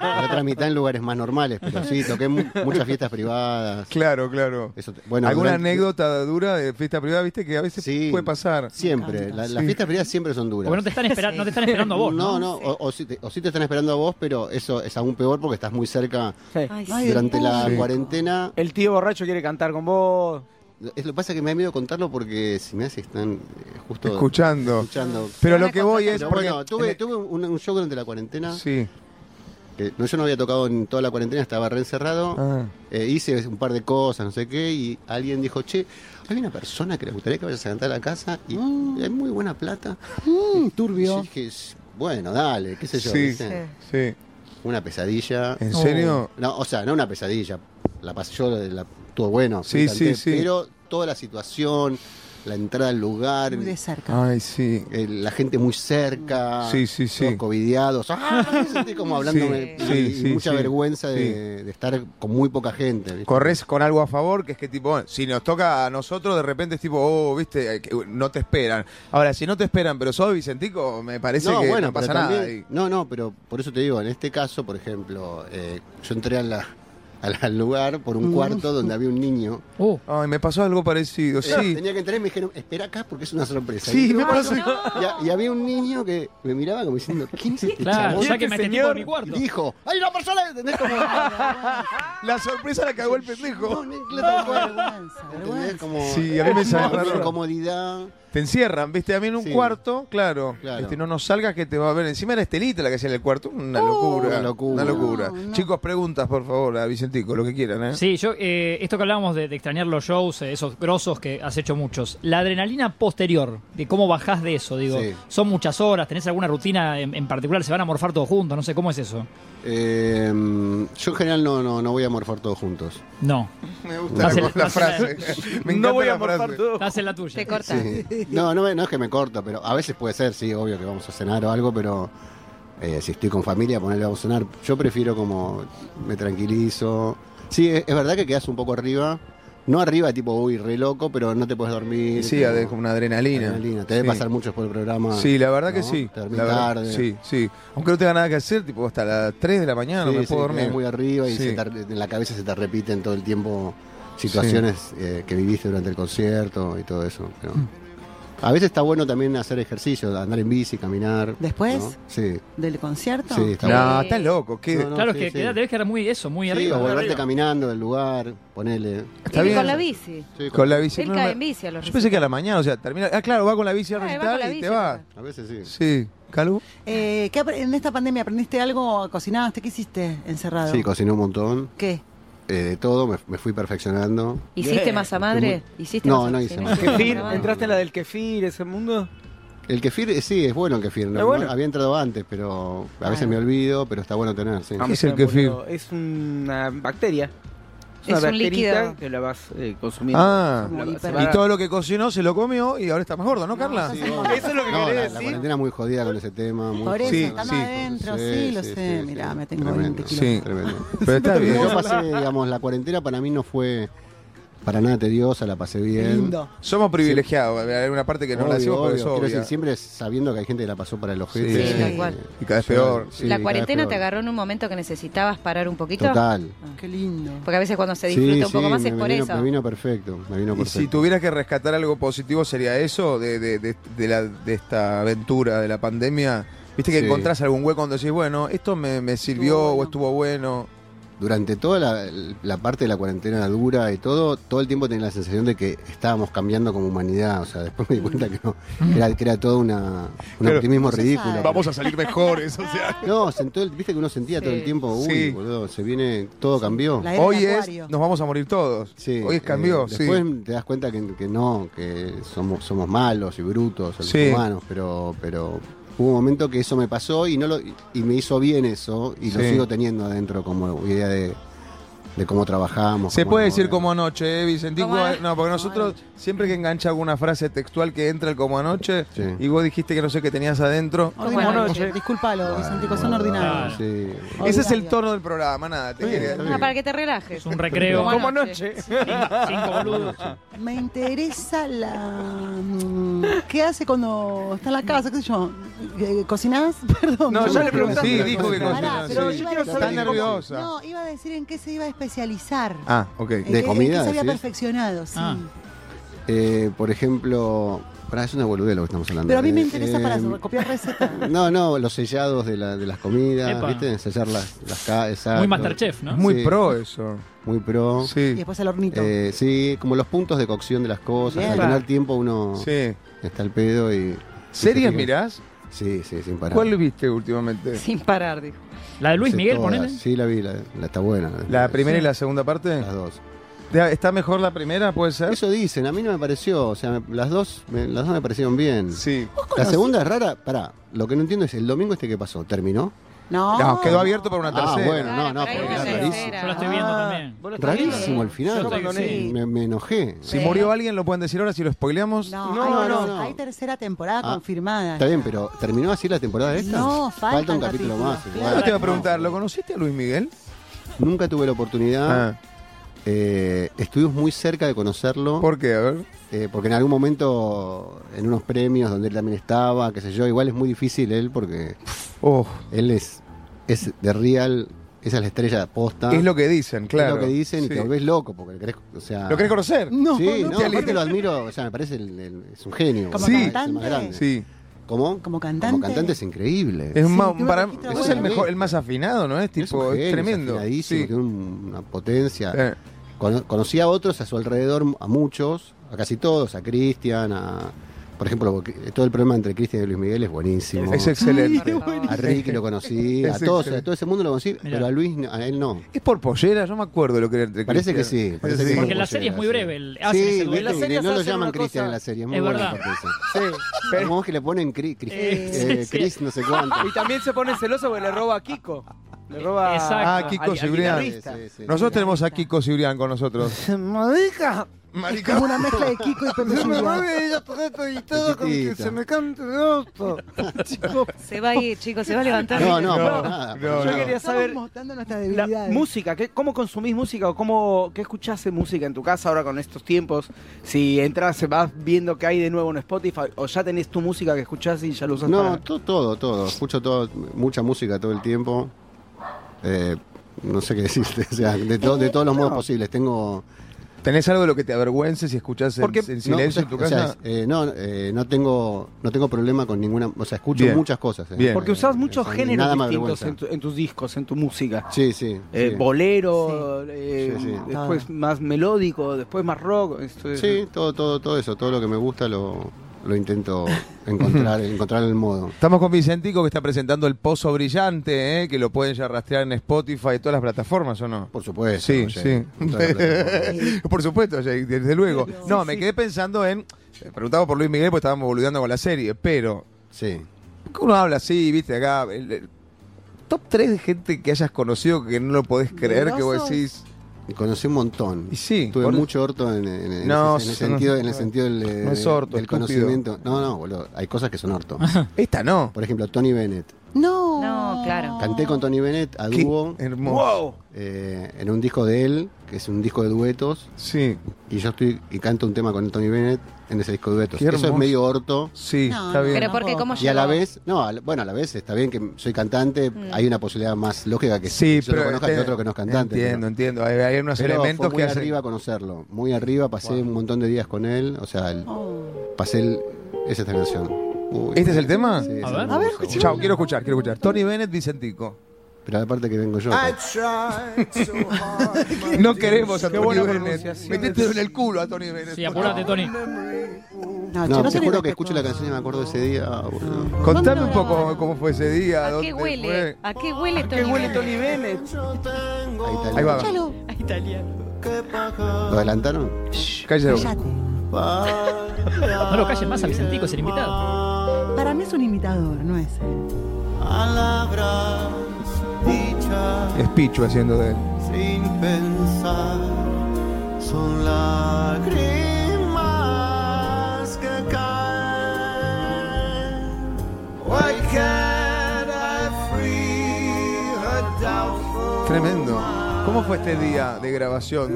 [SPEAKER 3] La otra mitad en lugares más normales, pero sí, toqué mu- muchas fiestas privadas.
[SPEAKER 2] Claro, claro.
[SPEAKER 3] Eso te- bueno,
[SPEAKER 2] ¿Alguna
[SPEAKER 3] durante-
[SPEAKER 2] anécdota dura de fiesta privada, viste? Que a veces
[SPEAKER 3] Sí.
[SPEAKER 2] puede pasar.
[SPEAKER 3] Siempre, la- las
[SPEAKER 2] Sí.
[SPEAKER 3] fiestas privadas siempre son duras.
[SPEAKER 7] Porque no te están, espera- no te están esperando a vos, ¿no?
[SPEAKER 3] no, no, o, o sí te, o sí te están esperando a vos, pero eso es aún peor porque estás muy cerca.
[SPEAKER 5] Sí.
[SPEAKER 6] Ay,
[SPEAKER 4] Ay,
[SPEAKER 6] sí.
[SPEAKER 3] Durante la
[SPEAKER 2] Sí.
[SPEAKER 3] cuarentena
[SPEAKER 5] El tío borracho quiere cantar con vos.
[SPEAKER 3] Es lo que pasa que me da miedo contarlo porque si me hace están eh, justo
[SPEAKER 2] Escuchando.
[SPEAKER 3] escuchando.
[SPEAKER 2] Pero
[SPEAKER 6] Van a
[SPEAKER 2] lo que voy
[SPEAKER 6] contratar.
[SPEAKER 2] es.
[SPEAKER 3] Pero
[SPEAKER 2] porque-
[SPEAKER 3] bueno, tuve, tuve un, un show durante la cuarentena.
[SPEAKER 2] Sí.
[SPEAKER 3] que no, yo no había tocado en toda la cuarentena, estaba re encerrado.
[SPEAKER 2] Ah.
[SPEAKER 3] Eh, hice un par de cosas, no sé qué, y alguien dijo, che, hay una persona que le gustaría que vayas a cantar a la casa y
[SPEAKER 2] Ah.
[SPEAKER 3] hay muy buena plata. Y yo
[SPEAKER 4] turbio.
[SPEAKER 3] dije, "S- bueno, dale, qué sé yo.
[SPEAKER 2] Mm, Sí.
[SPEAKER 3] ¿viste?
[SPEAKER 2] Sí.
[SPEAKER 3] Una pesadilla.
[SPEAKER 2] ¿En serio?
[SPEAKER 3] No, o sea, no una pesadilla. La pasé yo, la, estuvo bueno.
[SPEAKER 2] Sí, sí,
[SPEAKER 3] canté,
[SPEAKER 2] sí.
[SPEAKER 3] Pero toda la situación, la entrada al lugar,
[SPEAKER 4] Muy de cerca.
[SPEAKER 2] Ay, sí.
[SPEAKER 3] eh, la gente muy cerca,
[SPEAKER 2] Sí, sí, sí.
[SPEAKER 3] todos covidiados, ¡ah! sentí como hablándome,
[SPEAKER 6] Sí,
[SPEAKER 3] y-
[SPEAKER 2] sí,
[SPEAKER 3] y
[SPEAKER 2] sí,
[SPEAKER 3] mucha
[SPEAKER 2] sí.
[SPEAKER 3] vergüenza de, de estar con muy poca gente. ¿viste?
[SPEAKER 2] Corres con algo a favor, que es que tipo, bueno, si nos toca a nosotros, de repente es tipo, oh, viste, eh, que, uh, no te esperan. Ahora, si no te esperan, pero soy Vicentico, me parece
[SPEAKER 3] no,
[SPEAKER 2] que
[SPEAKER 3] bueno,
[SPEAKER 2] no
[SPEAKER 3] pero
[SPEAKER 2] pasa
[SPEAKER 3] también-
[SPEAKER 2] nada. ahí.
[SPEAKER 3] no, no, pero por eso te digo, en este caso, por ejemplo, eh, yo entré a la- a la- al lugar por
[SPEAKER 2] Mm.
[SPEAKER 3] un cuarto donde había un niño.
[SPEAKER 7] Uh,
[SPEAKER 2] Ay, me pasó algo parecido,
[SPEAKER 3] Eh,
[SPEAKER 2] sí.
[SPEAKER 3] Tenía que entrar y me dijeron, espera acá porque es una sorpresa.
[SPEAKER 2] Sí,
[SPEAKER 3] Y yo,
[SPEAKER 2] me
[SPEAKER 3] "Ah,
[SPEAKER 2] pasó.
[SPEAKER 3] no". Y, a- y había un niño que me miraba como diciendo, ¿quién es este
[SPEAKER 7] claro,
[SPEAKER 3] chabón?".
[SPEAKER 7] ya que me
[SPEAKER 5] Este
[SPEAKER 7] metí por
[SPEAKER 5] señor
[SPEAKER 7] mi cuarto.
[SPEAKER 3] Dijo, ¿eh? ¡hay una persona! ¿Entendés? Como,
[SPEAKER 2] La sorpresa la cagó el pendejo.
[SPEAKER 3] no, no, claro, claro.
[SPEAKER 4] Vergüenza,
[SPEAKER 3] ¿Entendés?
[SPEAKER 4] vergüenza.
[SPEAKER 3] Como,
[SPEAKER 2] Sí, a mí me sale
[SPEAKER 3] como
[SPEAKER 2] raro.
[SPEAKER 3] incomodidad.
[SPEAKER 2] Te encierran, viste, a mí en un
[SPEAKER 3] Sí.
[SPEAKER 2] cuarto, claro.
[SPEAKER 3] Claro.
[SPEAKER 2] Este, no nos salgas que te va a ver. Encima era Estelita la que hacía en el cuarto. Una locura.
[SPEAKER 3] Oh, una locura.
[SPEAKER 2] Una locura.
[SPEAKER 4] No, no.
[SPEAKER 2] Chicos, preguntas, por favor, a Vicentico, lo que quieran, ¿eh?
[SPEAKER 7] Sí, yo, eh, esto que hablábamos de, de extrañar los shows, eh, esos grosos que has hecho muchos. La adrenalina posterior, de cómo bajás de eso, digo,
[SPEAKER 3] Sí.
[SPEAKER 7] son muchas horas, tenés alguna rutina en, en particular, se van a morfar todos juntos, no sé cómo es eso.
[SPEAKER 3] Eh, yo en general no, no, no voy a morfar todos juntos.
[SPEAKER 7] No,
[SPEAKER 2] Me gusta
[SPEAKER 7] Dásela,
[SPEAKER 2] la, la
[SPEAKER 7] dásela.
[SPEAKER 2] frase. Me encanta
[SPEAKER 5] no voy
[SPEAKER 2] la
[SPEAKER 5] a morfar
[SPEAKER 2] frase.
[SPEAKER 5] todo.
[SPEAKER 7] estás en la tuya.
[SPEAKER 6] Te corta.
[SPEAKER 3] Sí. No, no, me- no es que me corto, pero a veces puede ser, sí, obvio que vamos a cenar o algo, pero eh, si estoy con familia, ponerle vamos a cenar. Yo prefiero como me tranquilizo. Sí, es, es verdad que quedas un poco arriba. No arriba, tipo, uy, re loco, pero no te puedes dormir.
[SPEAKER 2] Y sí,
[SPEAKER 3] como-
[SPEAKER 2] ade- como una adrenalina.
[SPEAKER 3] adrenalina. Te debe
[SPEAKER 2] Sí.
[SPEAKER 3] pasar mucho por el programa.
[SPEAKER 2] Sí, la verdad que
[SPEAKER 3] ¿no?
[SPEAKER 2] sí.
[SPEAKER 3] Te dormís
[SPEAKER 2] La verdad-
[SPEAKER 3] tarde.
[SPEAKER 2] Sí, sí. Aunque no tenga nada que hacer, tipo hasta las 3 de la mañana
[SPEAKER 3] Sí,
[SPEAKER 2] no me
[SPEAKER 3] sí,
[SPEAKER 2] puedo
[SPEAKER 3] quedás
[SPEAKER 2] dormir.
[SPEAKER 3] muy arriba y
[SPEAKER 2] Sí.
[SPEAKER 3] se te- en la cabeza se te repiten todo el tiempo situaciones eh, que viviste durante el concierto y todo eso. pero-
[SPEAKER 2] Mm.
[SPEAKER 3] A veces está bueno también hacer ejercicio, andar en bici, caminar.
[SPEAKER 4] ¿Después?
[SPEAKER 3] ¿no? Sí,
[SPEAKER 4] ¿Del concierto?
[SPEAKER 3] sí, está bueno.
[SPEAKER 2] No,
[SPEAKER 6] Sí.
[SPEAKER 2] estás loco. ¿qué?
[SPEAKER 3] No, no,
[SPEAKER 7] claro,
[SPEAKER 3] sí,
[SPEAKER 7] es que
[SPEAKER 3] sí.
[SPEAKER 7] queda- debes quedar muy eso, muy
[SPEAKER 3] Sí,
[SPEAKER 7] arriba.
[SPEAKER 3] o
[SPEAKER 7] muy
[SPEAKER 3] volverte
[SPEAKER 7] arriba.
[SPEAKER 3] caminando del lugar, ponele.
[SPEAKER 2] Está
[SPEAKER 6] y
[SPEAKER 2] bien.
[SPEAKER 6] con la bici.
[SPEAKER 3] Sí,
[SPEAKER 2] Con la bici.
[SPEAKER 6] Él
[SPEAKER 2] no,
[SPEAKER 6] cae
[SPEAKER 2] me-
[SPEAKER 6] en bici a los
[SPEAKER 2] Yo pensé que a la mañana, o sea, termina. Ah, claro, va con la bici al
[SPEAKER 6] Ah, él va
[SPEAKER 2] recital
[SPEAKER 6] con la
[SPEAKER 2] y
[SPEAKER 6] bici,
[SPEAKER 2] te va.
[SPEAKER 3] A veces sí.
[SPEAKER 2] Sí. ¿Calú?
[SPEAKER 4] Eh, ¿qué apre- ¿En esta pandemia aprendiste algo? ¿Cocinaste? ¿Qué hiciste encerrado?
[SPEAKER 3] Sí, cociné un montón.
[SPEAKER 4] ¿Qué?
[SPEAKER 3] eh, de todo, me, me fui perfeccionando.
[SPEAKER 6] ¿Hiciste
[SPEAKER 5] Bien.
[SPEAKER 6] masa madre? ¿Hiciste
[SPEAKER 3] No,
[SPEAKER 6] masa-
[SPEAKER 3] no hice
[SPEAKER 6] tenés
[SPEAKER 3] masa
[SPEAKER 6] que hacer
[SPEAKER 5] Kefir,
[SPEAKER 3] No.
[SPEAKER 6] trabajo.
[SPEAKER 5] ¿entraste en la del kefir, ese mundo?
[SPEAKER 3] El kefir, eh, sí, es bueno el kefir. ¿no?
[SPEAKER 5] Es bueno.
[SPEAKER 3] Había entrado antes, pero a veces
[SPEAKER 4] Claro.
[SPEAKER 2] Ah,
[SPEAKER 3] me olvido, pero está bueno tener, sí.
[SPEAKER 2] es el kefir?
[SPEAKER 5] Es una bacteria. Es una
[SPEAKER 6] Es un
[SPEAKER 5] bacterita
[SPEAKER 6] líquido.
[SPEAKER 5] que la vas eh, consumiendo.
[SPEAKER 2] Ah,
[SPEAKER 5] Se la-
[SPEAKER 4] Muy
[SPEAKER 5] se
[SPEAKER 4] hiper-
[SPEAKER 5] va-
[SPEAKER 2] y todo lo que cocinó se lo comió y ahora está más gordo, ¿no,
[SPEAKER 6] Ah,
[SPEAKER 2] Carla?
[SPEAKER 4] Sí,
[SPEAKER 3] obvio.
[SPEAKER 5] Eso es lo que quería
[SPEAKER 3] No, la, la
[SPEAKER 5] decir.
[SPEAKER 3] cuarentena muy jodida con ese tema. Muy
[SPEAKER 4] Por eso,
[SPEAKER 2] Sí,
[SPEAKER 4] estamos
[SPEAKER 2] sí.
[SPEAKER 4] adentro, sí, lo sé.
[SPEAKER 3] sí,
[SPEAKER 4] Mirá,
[SPEAKER 3] sí.
[SPEAKER 4] me tengo
[SPEAKER 3] Tremendo,
[SPEAKER 4] 20 kilos.
[SPEAKER 2] Sí.
[SPEAKER 3] Tremendo.
[SPEAKER 2] Pero está bien.
[SPEAKER 3] Yo pasé, digamos, la cuarentena para mí no fue para nada tediosa, la pasé bien.
[SPEAKER 4] Lindo.
[SPEAKER 2] Somos privilegiados, hay una parte que no la
[SPEAKER 3] Obvio,
[SPEAKER 2] decimos, pero
[SPEAKER 3] obvio.
[SPEAKER 2] es
[SPEAKER 3] Quiero decir,
[SPEAKER 2] obvia.
[SPEAKER 3] siempre sabiendo que hay gente que la pasó para el
[SPEAKER 2] Sí,
[SPEAKER 3] ojete.
[SPEAKER 6] Sí, tal cual.
[SPEAKER 2] Y cada vez peor.
[SPEAKER 3] Sí, cada
[SPEAKER 6] ¿La
[SPEAKER 3] vez
[SPEAKER 6] cuarentena te
[SPEAKER 3] peor.
[SPEAKER 6] agarró en un momento que necesitabas parar un poquito?
[SPEAKER 3] Total.
[SPEAKER 4] Ah, Qué lindo.
[SPEAKER 6] Porque a veces cuando se disfruta
[SPEAKER 3] Sí,
[SPEAKER 6] un poco
[SPEAKER 3] sí,
[SPEAKER 6] más
[SPEAKER 3] me
[SPEAKER 6] es por
[SPEAKER 3] vino-
[SPEAKER 6] eso.
[SPEAKER 3] Me vino perfecto, me vino
[SPEAKER 2] Y
[SPEAKER 3] perfecto.
[SPEAKER 2] si tuvieras que rescatar algo positivo sería eso de, de- de- de la- de esta aventura de la pandemia. Viste que
[SPEAKER 3] Sí.
[SPEAKER 2] encontrás algún hueco donde decís, bueno, esto me, me sirvió
[SPEAKER 4] Estuvo
[SPEAKER 2] o
[SPEAKER 4] bueno.
[SPEAKER 2] estuvo bueno.
[SPEAKER 3] Durante toda la, la parte de la cuarentena dura y todo, todo el tiempo tenía la sensación de que estábamos cambiando como humanidad. O sea, después me di cuenta que no, que era, que era todo una, un
[SPEAKER 2] Claro.
[SPEAKER 3] optimismo
[SPEAKER 4] se
[SPEAKER 3] ridículo.
[SPEAKER 4] sabe.
[SPEAKER 2] a salir mejores, o sea.
[SPEAKER 3] No, sentó el- viste que uno sentía todo el
[SPEAKER 6] Sí.
[SPEAKER 3] tiempo, uy,
[SPEAKER 2] Sí.
[SPEAKER 3] boludo, se viene, todo cambió.
[SPEAKER 4] La era de
[SPEAKER 2] Hoy es,
[SPEAKER 4] Acuario.
[SPEAKER 2] nos vamos a morir todos.
[SPEAKER 3] Sí,
[SPEAKER 2] Hoy es cambió,
[SPEAKER 3] eh,
[SPEAKER 2] sí.
[SPEAKER 3] Después te das cuenta que, que no, que somos, somos malos y brutos, somos
[SPEAKER 2] Sí.
[SPEAKER 3] humanos, pero, pero hubo un momento que eso me pasó y no lo y me hizo bien eso y lo
[SPEAKER 2] Sí.
[SPEAKER 3] sigo teniendo adentro como idea de, de cómo trabajamos.
[SPEAKER 2] Se
[SPEAKER 3] cómo
[SPEAKER 2] puede
[SPEAKER 3] nos
[SPEAKER 2] decir
[SPEAKER 3] movemos.
[SPEAKER 2] como anoche, ¿eh, Vicentico?
[SPEAKER 6] Como anoche.
[SPEAKER 2] No, porque nosotros siempre que engancha alguna frase textual que entra el como anoche,
[SPEAKER 3] Sí.
[SPEAKER 2] y vos dijiste que no sé qué tenías adentro.
[SPEAKER 4] Ordinario.
[SPEAKER 6] Como
[SPEAKER 7] anoche.
[SPEAKER 4] Disculpalo, Vicentico, son
[SPEAKER 3] Bueno,
[SPEAKER 4] ordinarios.
[SPEAKER 3] sí.
[SPEAKER 2] Ese es el
[SPEAKER 4] Ordinario.
[SPEAKER 2] tono del programa, nada, te
[SPEAKER 3] Sí,
[SPEAKER 2] quería-
[SPEAKER 3] está bien.
[SPEAKER 6] Ah, para que te relajes.
[SPEAKER 7] Es un recreo.
[SPEAKER 6] Como
[SPEAKER 7] Como
[SPEAKER 6] anoche.
[SPEAKER 7] Cinco boludos.
[SPEAKER 4] Me interesa la. mm, ¿Qué hace cuando está en la casa? ¿Qué sé yo? Eh, ¿Cocinás? Perdón.
[SPEAKER 2] No,
[SPEAKER 4] yo
[SPEAKER 2] ya
[SPEAKER 4] me
[SPEAKER 2] le
[SPEAKER 4] pregunté.
[SPEAKER 2] preguntaste. Sí, dijo que
[SPEAKER 4] Pará,
[SPEAKER 2] cocinás,
[SPEAKER 4] pero
[SPEAKER 2] sí.
[SPEAKER 4] yo iba a decir-
[SPEAKER 2] Está nerviosa.
[SPEAKER 4] No, iba a decir en qué se iba a especializar.
[SPEAKER 2] Ah, ok.
[SPEAKER 3] ¿De
[SPEAKER 4] En qué-
[SPEAKER 3] comida,
[SPEAKER 4] En qué se había
[SPEAKER 3] decís?
[SPEAKER 4] perfeccionado, sí.
[SPEAKER 7] Ah.
[SPEAKER 3] Eh, por ejemplo, para es una boludez lo que estamos hablando.
[SPEAKER 4] Pero a mí me
[SPEAKER 3] Eh,
[SPEAKER 4] interesa para
[SPEAKER 3] eh,
[SPEAKER 4] copiar recetas.
[SPEAKER 3] No, no, los sellados de, la- de las comidas,
[SPEAKER 7] Epa.
[SPEAKER 3] ¿viste? Sellar las, las ca- exacto.
[SPEAKER 7] Muy Masterchef, ¿no?
[SPEAKER 2] Muy
[SPEAKER 3] Sí.
[SPEAKER 2] pro eso.
[SPEAKER 3] Muy pro.
[SPEAKER 4] Y
[SPEAKER 2] Sí.
[SPEAKER 4] después el hornito.
[SPEAKER 3] Eh, sí, como los puntos de cocción de las cosas.
[SPEAKER 4] Bien.
[SPEAKER 3] Al tener tiempo uno
[SPEAKER 2] Sí.
[SPEAKER 3] está al pedo y.
[SPEAKER 2] ¿Series
[SPEAKER 3] Sí,
[SPEAKER 2] mirás?
[SPEAKER 3] Sí, sí, sin parar.
[SPEAKER 2] ¿Cuál viste últimamente?
[SPEAKER 6] Sin parar, dijo.
[SPEAKER 7] La de Luis
[SPEAKER 3] Sí,
[SPEAKER 7] Miguel,
[SPEAKER 3] todas.
[SPEAKER 7] ponele.
[SPEAKER 3] Sí, la vi, la, la está buena.
[SPEAKER 2] ¿La primera y la segunda parte?
[SPEAKER 3] Las dos.
[SPEAKER 2] ¿Está mejor la primera, puede ser?
[SPEAKER 3] Eso dicen, a mí no me pareció. O sea, me- las, dos, me- las dos me parecieron bien.
[SPEAKER 2] Sí.
[SPEAKER 3] La segunda es rara. Pará, lo que no entiendo es el domingo este que pasó. ¿Terminó?
[SPEAKER 4] No.
[SPEAKER 2] No, quedó abierto para una
[SPEAKER 3] Ah,
[SPEAKER 2] tercera.
[SPEAKER 3] bueno. No, no,
[SPEAKER 6] Claro, pero
[SPEAKER 3] porque
[SPEAKER 6] hay una
[SPEAKER 3] era
[SPEAKER 6] tercera.
[SPEAKER 7] Yo la estoy viendo también.
[SPEAKER 5] Vos lo estás viendo,
[SPEAKER 3] Rarísimo
[SPEAKER 5] ¿no?
[SPEAKER 3] el final.
[SPEAKER 5] Yo lo abandoné.
[SPEAKER 4] Sí.
[SPEAKER 3] Me, me enojé.
[SPEAKER 2] Si murió alguien, lo pueden decir ahora si lo spoileamos.
[SPEAKER 4] No,
[SPEAKER 5] No,
[SPEAKER 4] hay,
[SPEAKER 5] no,
[SPEAKER 4] no,
[SPEAKER 3] no.
[SPEAKER 4] hay tercera temporada
[SPEAKER 3] Ah,
[SPEAKER 4] confirmada.
[SPEAKER 3] Está bien,
[SPEAKER 4] ya.
[SPEAKER 3] pero ¿terminó así la temporada esta?
[SPEAKER 4] No, falta
[SPEAKER 3] un
[SPEAKER 4] un
[SPEAKER 3] capítulo,
[SPEAKER 4] capítulo.
[SPEAKER 3] más. igual.
[SPEAKER 2] Yo te iba a preguntar, ¿lo Ah. conociste a Luis Miguel?
[SPEAKER 3] Nunca tuve la oportunidad. Eh, estuvimos muy cerca de conocerlo.
[SPEAKER 2] ¿Por qué? A ver.
[SPEAKER 3] Eh, porque en algún momento, en unos premios donde él también estaba, qué sé yo, igual es muy difícil él porque
[SPEAKER 2] Oh,
[SPEAKER 3] él es, es de real, esa es la estrella de aposta.
[SPEAKER 2] es lo que dicen, claro.
[SPEAKER 3] Es lo que dicen y
[SPEAKER 2] Sí.
[SPEAKER 3] te Mm. volvés loco porque le querés, o sea...
[SPEAKER 2] ¿Lo querés conocer?
[SPEAKER 4] No,
[SPEAKER 3] Sí,
[SPEAKER 4] no,
[SPEAKER 2] te
[SPEAKER 3] no, aparte
[SPEAKER 2] alivia.
[SPEAKER 3] lo admiro, o sea, me parece, el- el- es un genio.
[SPEAKER 4] Como
[SPEAKER 3] o sea, es el
[SPEAKER 4] cantante.
[SPEAKER 3] más grande.
[SPEAKER 2] Sí.
[SPEAKER 3] ¿Cómo?
[SPEAKER 4] Como cantante.
[SPEAKER 3] Como cantante es increíble.
[SPEAKER 2] Es, un ma-
[SPEAKER 4] tiene un
[SPEAKER 2] para-
[SPEAKER 4] registro
[SPEAKER 2] es
[SPEAKER 3] bueno.
[SPEAKER 2] el mejor, el más afinado, ¿no? Es
[SPEAKER 3] Es un
[SPEAKER 2] tipo, es,
[SPEAKER 3] genio,
[SPEAKER 2] tremendo.
[SPEAKER 3] afinadísimo,
[SPEAKER 2] Sí.
[SPEAKER 3] Tiene un- una potencia.
[SPEAKER 2] Eh,
[SPEAKER 3] Cono- conocí a otros a su alrededor, a muchos, a casi todos, a Cristian, a... Por ejemplo, porque todo el problema entre Cristian y Luis Miguel es buenísimo.
[SPEAKER 2] Es excelente.
[SPEAKER 6] Por favor.
[SPEAKER 3] A Ricky lo conocí, a
[SPEAKER 2] Es
[SPEAKER 3] todos,
[SPEAKER 2] excelente.
[SPEAKER 3] a todo ese mundo lo conocí, pero a Luis, no- a él no.
[SPEAKER 2] ¿Es por pollera? Yo me acuerdo lo que era entre
[SPEAKER 3] Parece que
[SPEAKER 2] Cristian.
[SPEAKER 3] sí. Parece que
[SPEAKER 7] Porque
[SPEAKER 3] sí.
[SPEAKER 7] la serie es muy breve, el- hacen ese
[SPEAKER 3] Sí,
[SPEAKER 7] duelo.
[SPEAKER 3] viste,
[SPEAKER 5] Las
[SPEAKER 3] que
[SPEAKER 5] series
[SPEAKER 3] no lo
[SPEAKER 5] hacen
[SPEAKER 3] llaman
[SPEAKER 5] una
[SPEAKER 3] Cristian
[SPEAKER 5] cosa-
[SPEAKER 3] en la serie, es muy
[SPEAKER 7] Es
[SPEAKER 3] buena
[SPEAKER 7] verdad.
[SPEAKER 3] parte esa.
[SPEAKER 5] Sí.
[SPEAKER 3] Como vos que le ponen Cri- Cri-
[SPEAKER 7] Eh,
[SPEAKER 3] eh,
[SPEAKER 7] sí, sí.
[SPEAKER 3] Chris, no sé cuánto.
[SPEAKER 5] Y también se pone celoso porque le roba a Kiko. Le roba
[SPEAKER 7] Exacto.
[SPEAKER 2] Ah, Kiko
[SPEAKER 5] al- al
[SPEAKER 2] Cibrián.
[SPEAKER 3] Sí,
[SPEAKER 5] guitarrista.
[SPEAKER 3] sí, sí.
[SPEAKER 2] Nosotros tenemos a Kiko Cibrián con nosotros.
[SPEAKER 5] Marica,
[SPEAKER 2] Marica.
[SPEAKER 4] Como una mezcla de Kiko y Pepe
[SPEAKER 5] no me
[SPEAKER 4] Silva.
[SPEAKER 5] mames, yo trato y todo con que
[SPEAKER 3] Chiquitito.
[SPEAKER 5] se me cante el auto.
[SPEAKER 6] Se va a ir, chicos, se va a levantar.
[SPEAKER 3] No, no,
[SPEAKER 2] No,
[SPEAKER 3] para nada. para
[SPEAKER 2] no,
[SPEAKER 3] nada.
[SPEAKER 5] Yo quería
[SPEAKER 4] Estamos
[SPEAKER 5] saber
[SPEAKER 4] mostrando nuestras
[SPEAKER 5] la
[SPEAKER 4] debilidades.
[SPEAKER 5] música. ¿qué- ¿Cómo consumís música o cómo, qué escuchás de música en tu casa ahora con estos tiempos? Si entras, vas viendo que hay de nuevo en Spotify o ya tenés tu música que escuchás y ya lo usas
[SPEAKER 3] No,
[SPEAKER 5] para-
[SPEAKER 3] to- todo, todo. Escucho todo, mucha música todo el tiempo. Eh, no sé qué decirte, o sea, de, to- de todos los modos posibles. Tengo.
[SPEAKER 2] ¿Tenés algo de lo que te avergüences si escuchás en,
[SPEAKER 5] Porque-
[SPEAKER 2] en silencio
[SPEAKER 3] no,
[SPEAKER 2] en tu
[SPEAKER 3] o sea,
[SPEAKER 2] casa?
[SPEAKER 3] es- eh, no, eh, no tengo, no tengo problema con ninguna. O sea, escucho
[SPEAKER 2] Bien.
[SPEAKER 3] muchas cosas. eh.
[SPEAKER 2] Bien.
[SPEAKER 5] Porque usás
[SPEAKER 3] Eh,
[SPEAKER 5] muchos
[SPEAKER 3] o sea,
[SPEAKER 5] géneros
[SPEAKER 3] nada me
[SPEAKER 5] distintos en,
[SPEAKER 3] avergüenza.
[SPEAKER 5] tu- en tus discos, en tu música.
[SPEAKER 3] Sí, sí.
[SPEAKER 5] Eh,
[SPEAKER 3] sí.
[SPEAKER 5] bolero, eh,
[SPEAKER 3] Sí, sí.
[SPEAKER 5] después más melódico, después más rock. esto es-
[SPEAKER 3] Sí, todo, todo, todo eso, todo lo que me gusta lo, lo intento encontrar, encontrar el modo.
[SPEAKER 2] Estamos con Vicentico que está presentando El Pozo Brillante, ¿eh? que lo pueden ya rastrear en Spotify y todas las plataformas, ¿o no?
[SPEAKER 3] Por supuesto.
[SPEAKER 2] Sí,
[SPEAKER 3] oye,
[SPEAKER 2] sí.
[SPEAKER 3] en todas las plataformas.
[SPEAKER 2] por supuesto, Jake, desde luego. No, me quedé pensando en. eh, Preguntaba por Luis Miguel porque estábamos boludeando con la serie, pero.
[SPEAKER 3] Sí.
[SPEAKER 2] Uno habla así, viste, acá. el- el top 3 de gente que hayas conocido que no lo podés creer, que vos
[SPEAKER 4] Grosos.
[SPEAKER 2] decís.
[SPEAKER 3] Conocí un montón.
[SPEAKER 2] Y sí,
[SPEAKER 3] Tuve
[SPEAKER 2] por-
[SPEAKER 3] mucho orto en, en- en
[SPEAKER 2] No, sí,
[SPEAKER 3] ese, en el
[SPEAKER 2] no,
[SPEAKER 3] sentido, en el
[SPEAKER 2] no.
[SPEAKER 3] sentido del,
[SPEAKER 2] No es orto,
[SPEAKER 3] del
[SPEAKER 2] estúpido.
[SPEAKER 3] conocimiento. No, no, boludo. Hay cosas que son orto.
[SPEAKER 2] Esta no.
[SPEAKER 3] Por ejemplo, Tony Bennett.
[SPEAKER 4] No.
[SPEAKER 6] No, claro.
[SPEAKER 3] Canté con Tony Bennett a
[SPEAKER 2] Qué
[SPEAKER 3] dúo
[SPEAKER 2] hermoso.
[SPEAKER 5] ¡Wow!
[SPEAKER 3] eh, en un disco de él, que es un disco de duetos.
[SPEAKER 2] Sí,
[SPEAKER 3] Y yo estoy y canto un tema con Tony Bennett en ese disco de duetos.
[SPEAKER 2] Qué
[SPEAKER 3] Eso es
[SPEAKER 2] hermoso.
[SPEAKER 3] medio orto.
[SPEAKER 2] sí,
[SPEAKER 4] No,
[SPEAKER 2] está
[SPEAKER 4] no,
[SPEAKER 2] bien.
[SPEAKER 6] Pero porque como
[SPEAKER 3] Y a la vez, no, a la- bueno, a la vez está bien que soy cantante, hay una posibilidad más lógica que
[SPEAKER 2] sí,
[SPEAKER 3] yo lo conozca que
[SPEAKER 2] este-
[SPEAKER 3] otro que no es cantante.
[SPEAKER 2] Entiendo,
[SPEAKER 3] pero-
[SPEAKER 2] entiendo. Hay, hay unos
[SPEAKER 3] pero
[SPEAKER 2] elementos
[SPEAKER 3] fue muy
[SPEAKER 2] que hacen-
[SPEAKER 3] arriba conocerlo, muy arriba, pasé un montón de días con él, o sea, el-
[SPEAKER 4] Oh.
[SPEAKER 3] pasé el, es esta canción. Uy,
[SPEAKER 2] ¿Este es el tema?
[SPEAKER 3] Sí, es
[SPEAKER 7] A
[SPEAKER 3] hermoso,
[SPEAKER 7] ver.
[SPEAKER 4] A ver,
[SPEAKER 3] boludo.
[SPEAKER 4] escuchemos.
[SPEAKER 2] Chao, quiero escuchar, quiero escuchar. Tony Bennett, Vicentico.
[SPEAKER 3] Pero la parte que vengo yo.
[SPEAKER 2] No queremos a
[SPEAKER 5] Qué
[SPEAKER 2] Tony
[SPEAKER 5] buena
[SPEAKER 2] Bennett.
[SPEAKER 5] pronunciación.
[SPEAKER 2] Metete en el culo a Tony Bennett.
[SPEAKER 7] Sí, apúrate, Tony.
[SPEAKER 4] No, che,
[SPEAKER 3] No,
[SPEAKER 4] no
[SPEAKER 3] te juro
[SPEAKER 4] tenés
[SPEAKER 3] que
[SPEAKER 4] respeto.
[SPEAKER 3] escucho la canción y me acuerdo ese día, boludo.
[SPEAKER 2] Contame
[SPEAKER 4] No,
[SPEAKER 2] un
[SPEAKER 4] no,
[SPEAKER 2] poco
[SPEAKER 4] no.
[SPEAKER 2] cómo fue ese día.
[SPEAKER 6] ¿A qué
[SPEAKER 2] dónde
[SPEAKER 6] huele?
[SPEAKER 2] fue.
[SPEAKER 6] ¿A qué huele este Tony?
[SPEAKER 5] ¡Qué huele
[SPEAKER 3] este
[SPEAKER 6] Bennett?
[SPEAKER 5] Tony Bennett!
[SPEAKER 3] Ahí está.
[SPEAKER 2] Ahí va.
[SPEAKER 4] Escuchalo.
[SPEAKER 3] ¿Lo adelantaron?
[SPEAKER 2] Cállate. la boca.
[SPEAKER 4] Cállate.
[SPEAKER 7] No lo callen más a Vicentico, es el invitado.
[SPEAKER 4] Para mí es un imitador, no es. él.
[SPEAKER 2] Es Pichu haciendo de él. Tremendo. ¿Cómo fue este día de grabación?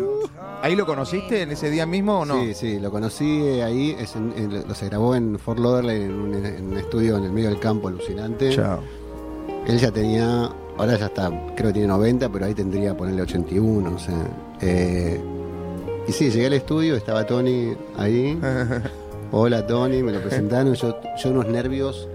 [SPEAKER 2] ¿Ahí lo conociste en ese día mismo o no?
[SPEAKER 3] Sí, sí, lo conocí eh, ahí, es en- en- lo se grabó en Fort Lauderdale en un, en un estudio en el medio del campo alucinante.
[SPEAKER 2] Chao.
[SPEAKER 3] Él ya tenía, ahora ya está, creo que tiene 90, pero ahí tendría ponerle 81, no sé. Eh, y sí, llegué al estudio, estaba Tony ahí.
[SPEAKER 2] Eh.
[SPEAKER 3] Hola Tony, me lo presentaron, yo, yo unos nervios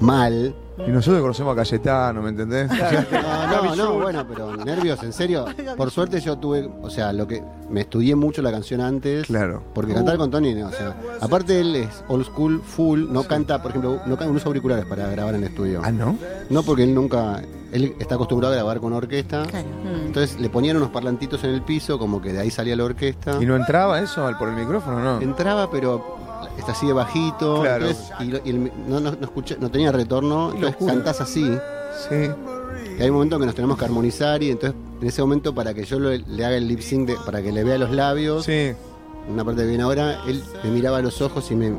[SPEAKER 3] mal.
[SPEAKER 2] Y nosotros conocemos a Cayetano, ¿me entendés?
[SPEAKER 3] No, no, no, bueno, pero nervios, en serio. Por suerte yo tuve, o sea, lo que me estudié mucho la canción antes.
[SPEAKER 2] Claro.
[SPEAKER 3] Porque cantar con Tony, no, o sea, aparte él es old school, full, no canta, por ejemplo, no canta unos auriculares para grabar en el estudio.
[SPEAKER 2] Ah, ¿no?
[SPEAKER 3] No, porque él nunca. Él está acostumbrado a grabar con orquesta.
[SPEAKER 4] Claro.
[SPEAKER 6] Mm.
[SPEAKER 3] Entonces le ponían unos parlantitos en el piso, como que de ahí salía la orquesta.
[SPEAKER 2] ¿Y no entraba eso al- por el micrófono no?
[SPEAKER 3] Entraba, pero está así de bajito.
[SPEAKER 2] Claro.
[SPEAKER 3] entonces, y lo- y el- no, no, no escuché- no tenía retorno. Entonces cantás así.
[SPEAKER 2] Sí.
[SPEAKER 3] Y hay un momento que nos tenemos que armonizar. Y entonces, en ese momento, para que yo lo- le haga el lip sync, de- para que le vea los labios,
[SPEAKER 2] Sí.
[SPEAKER 3] una parte que viene ahora, él me miraba a los ojos y me.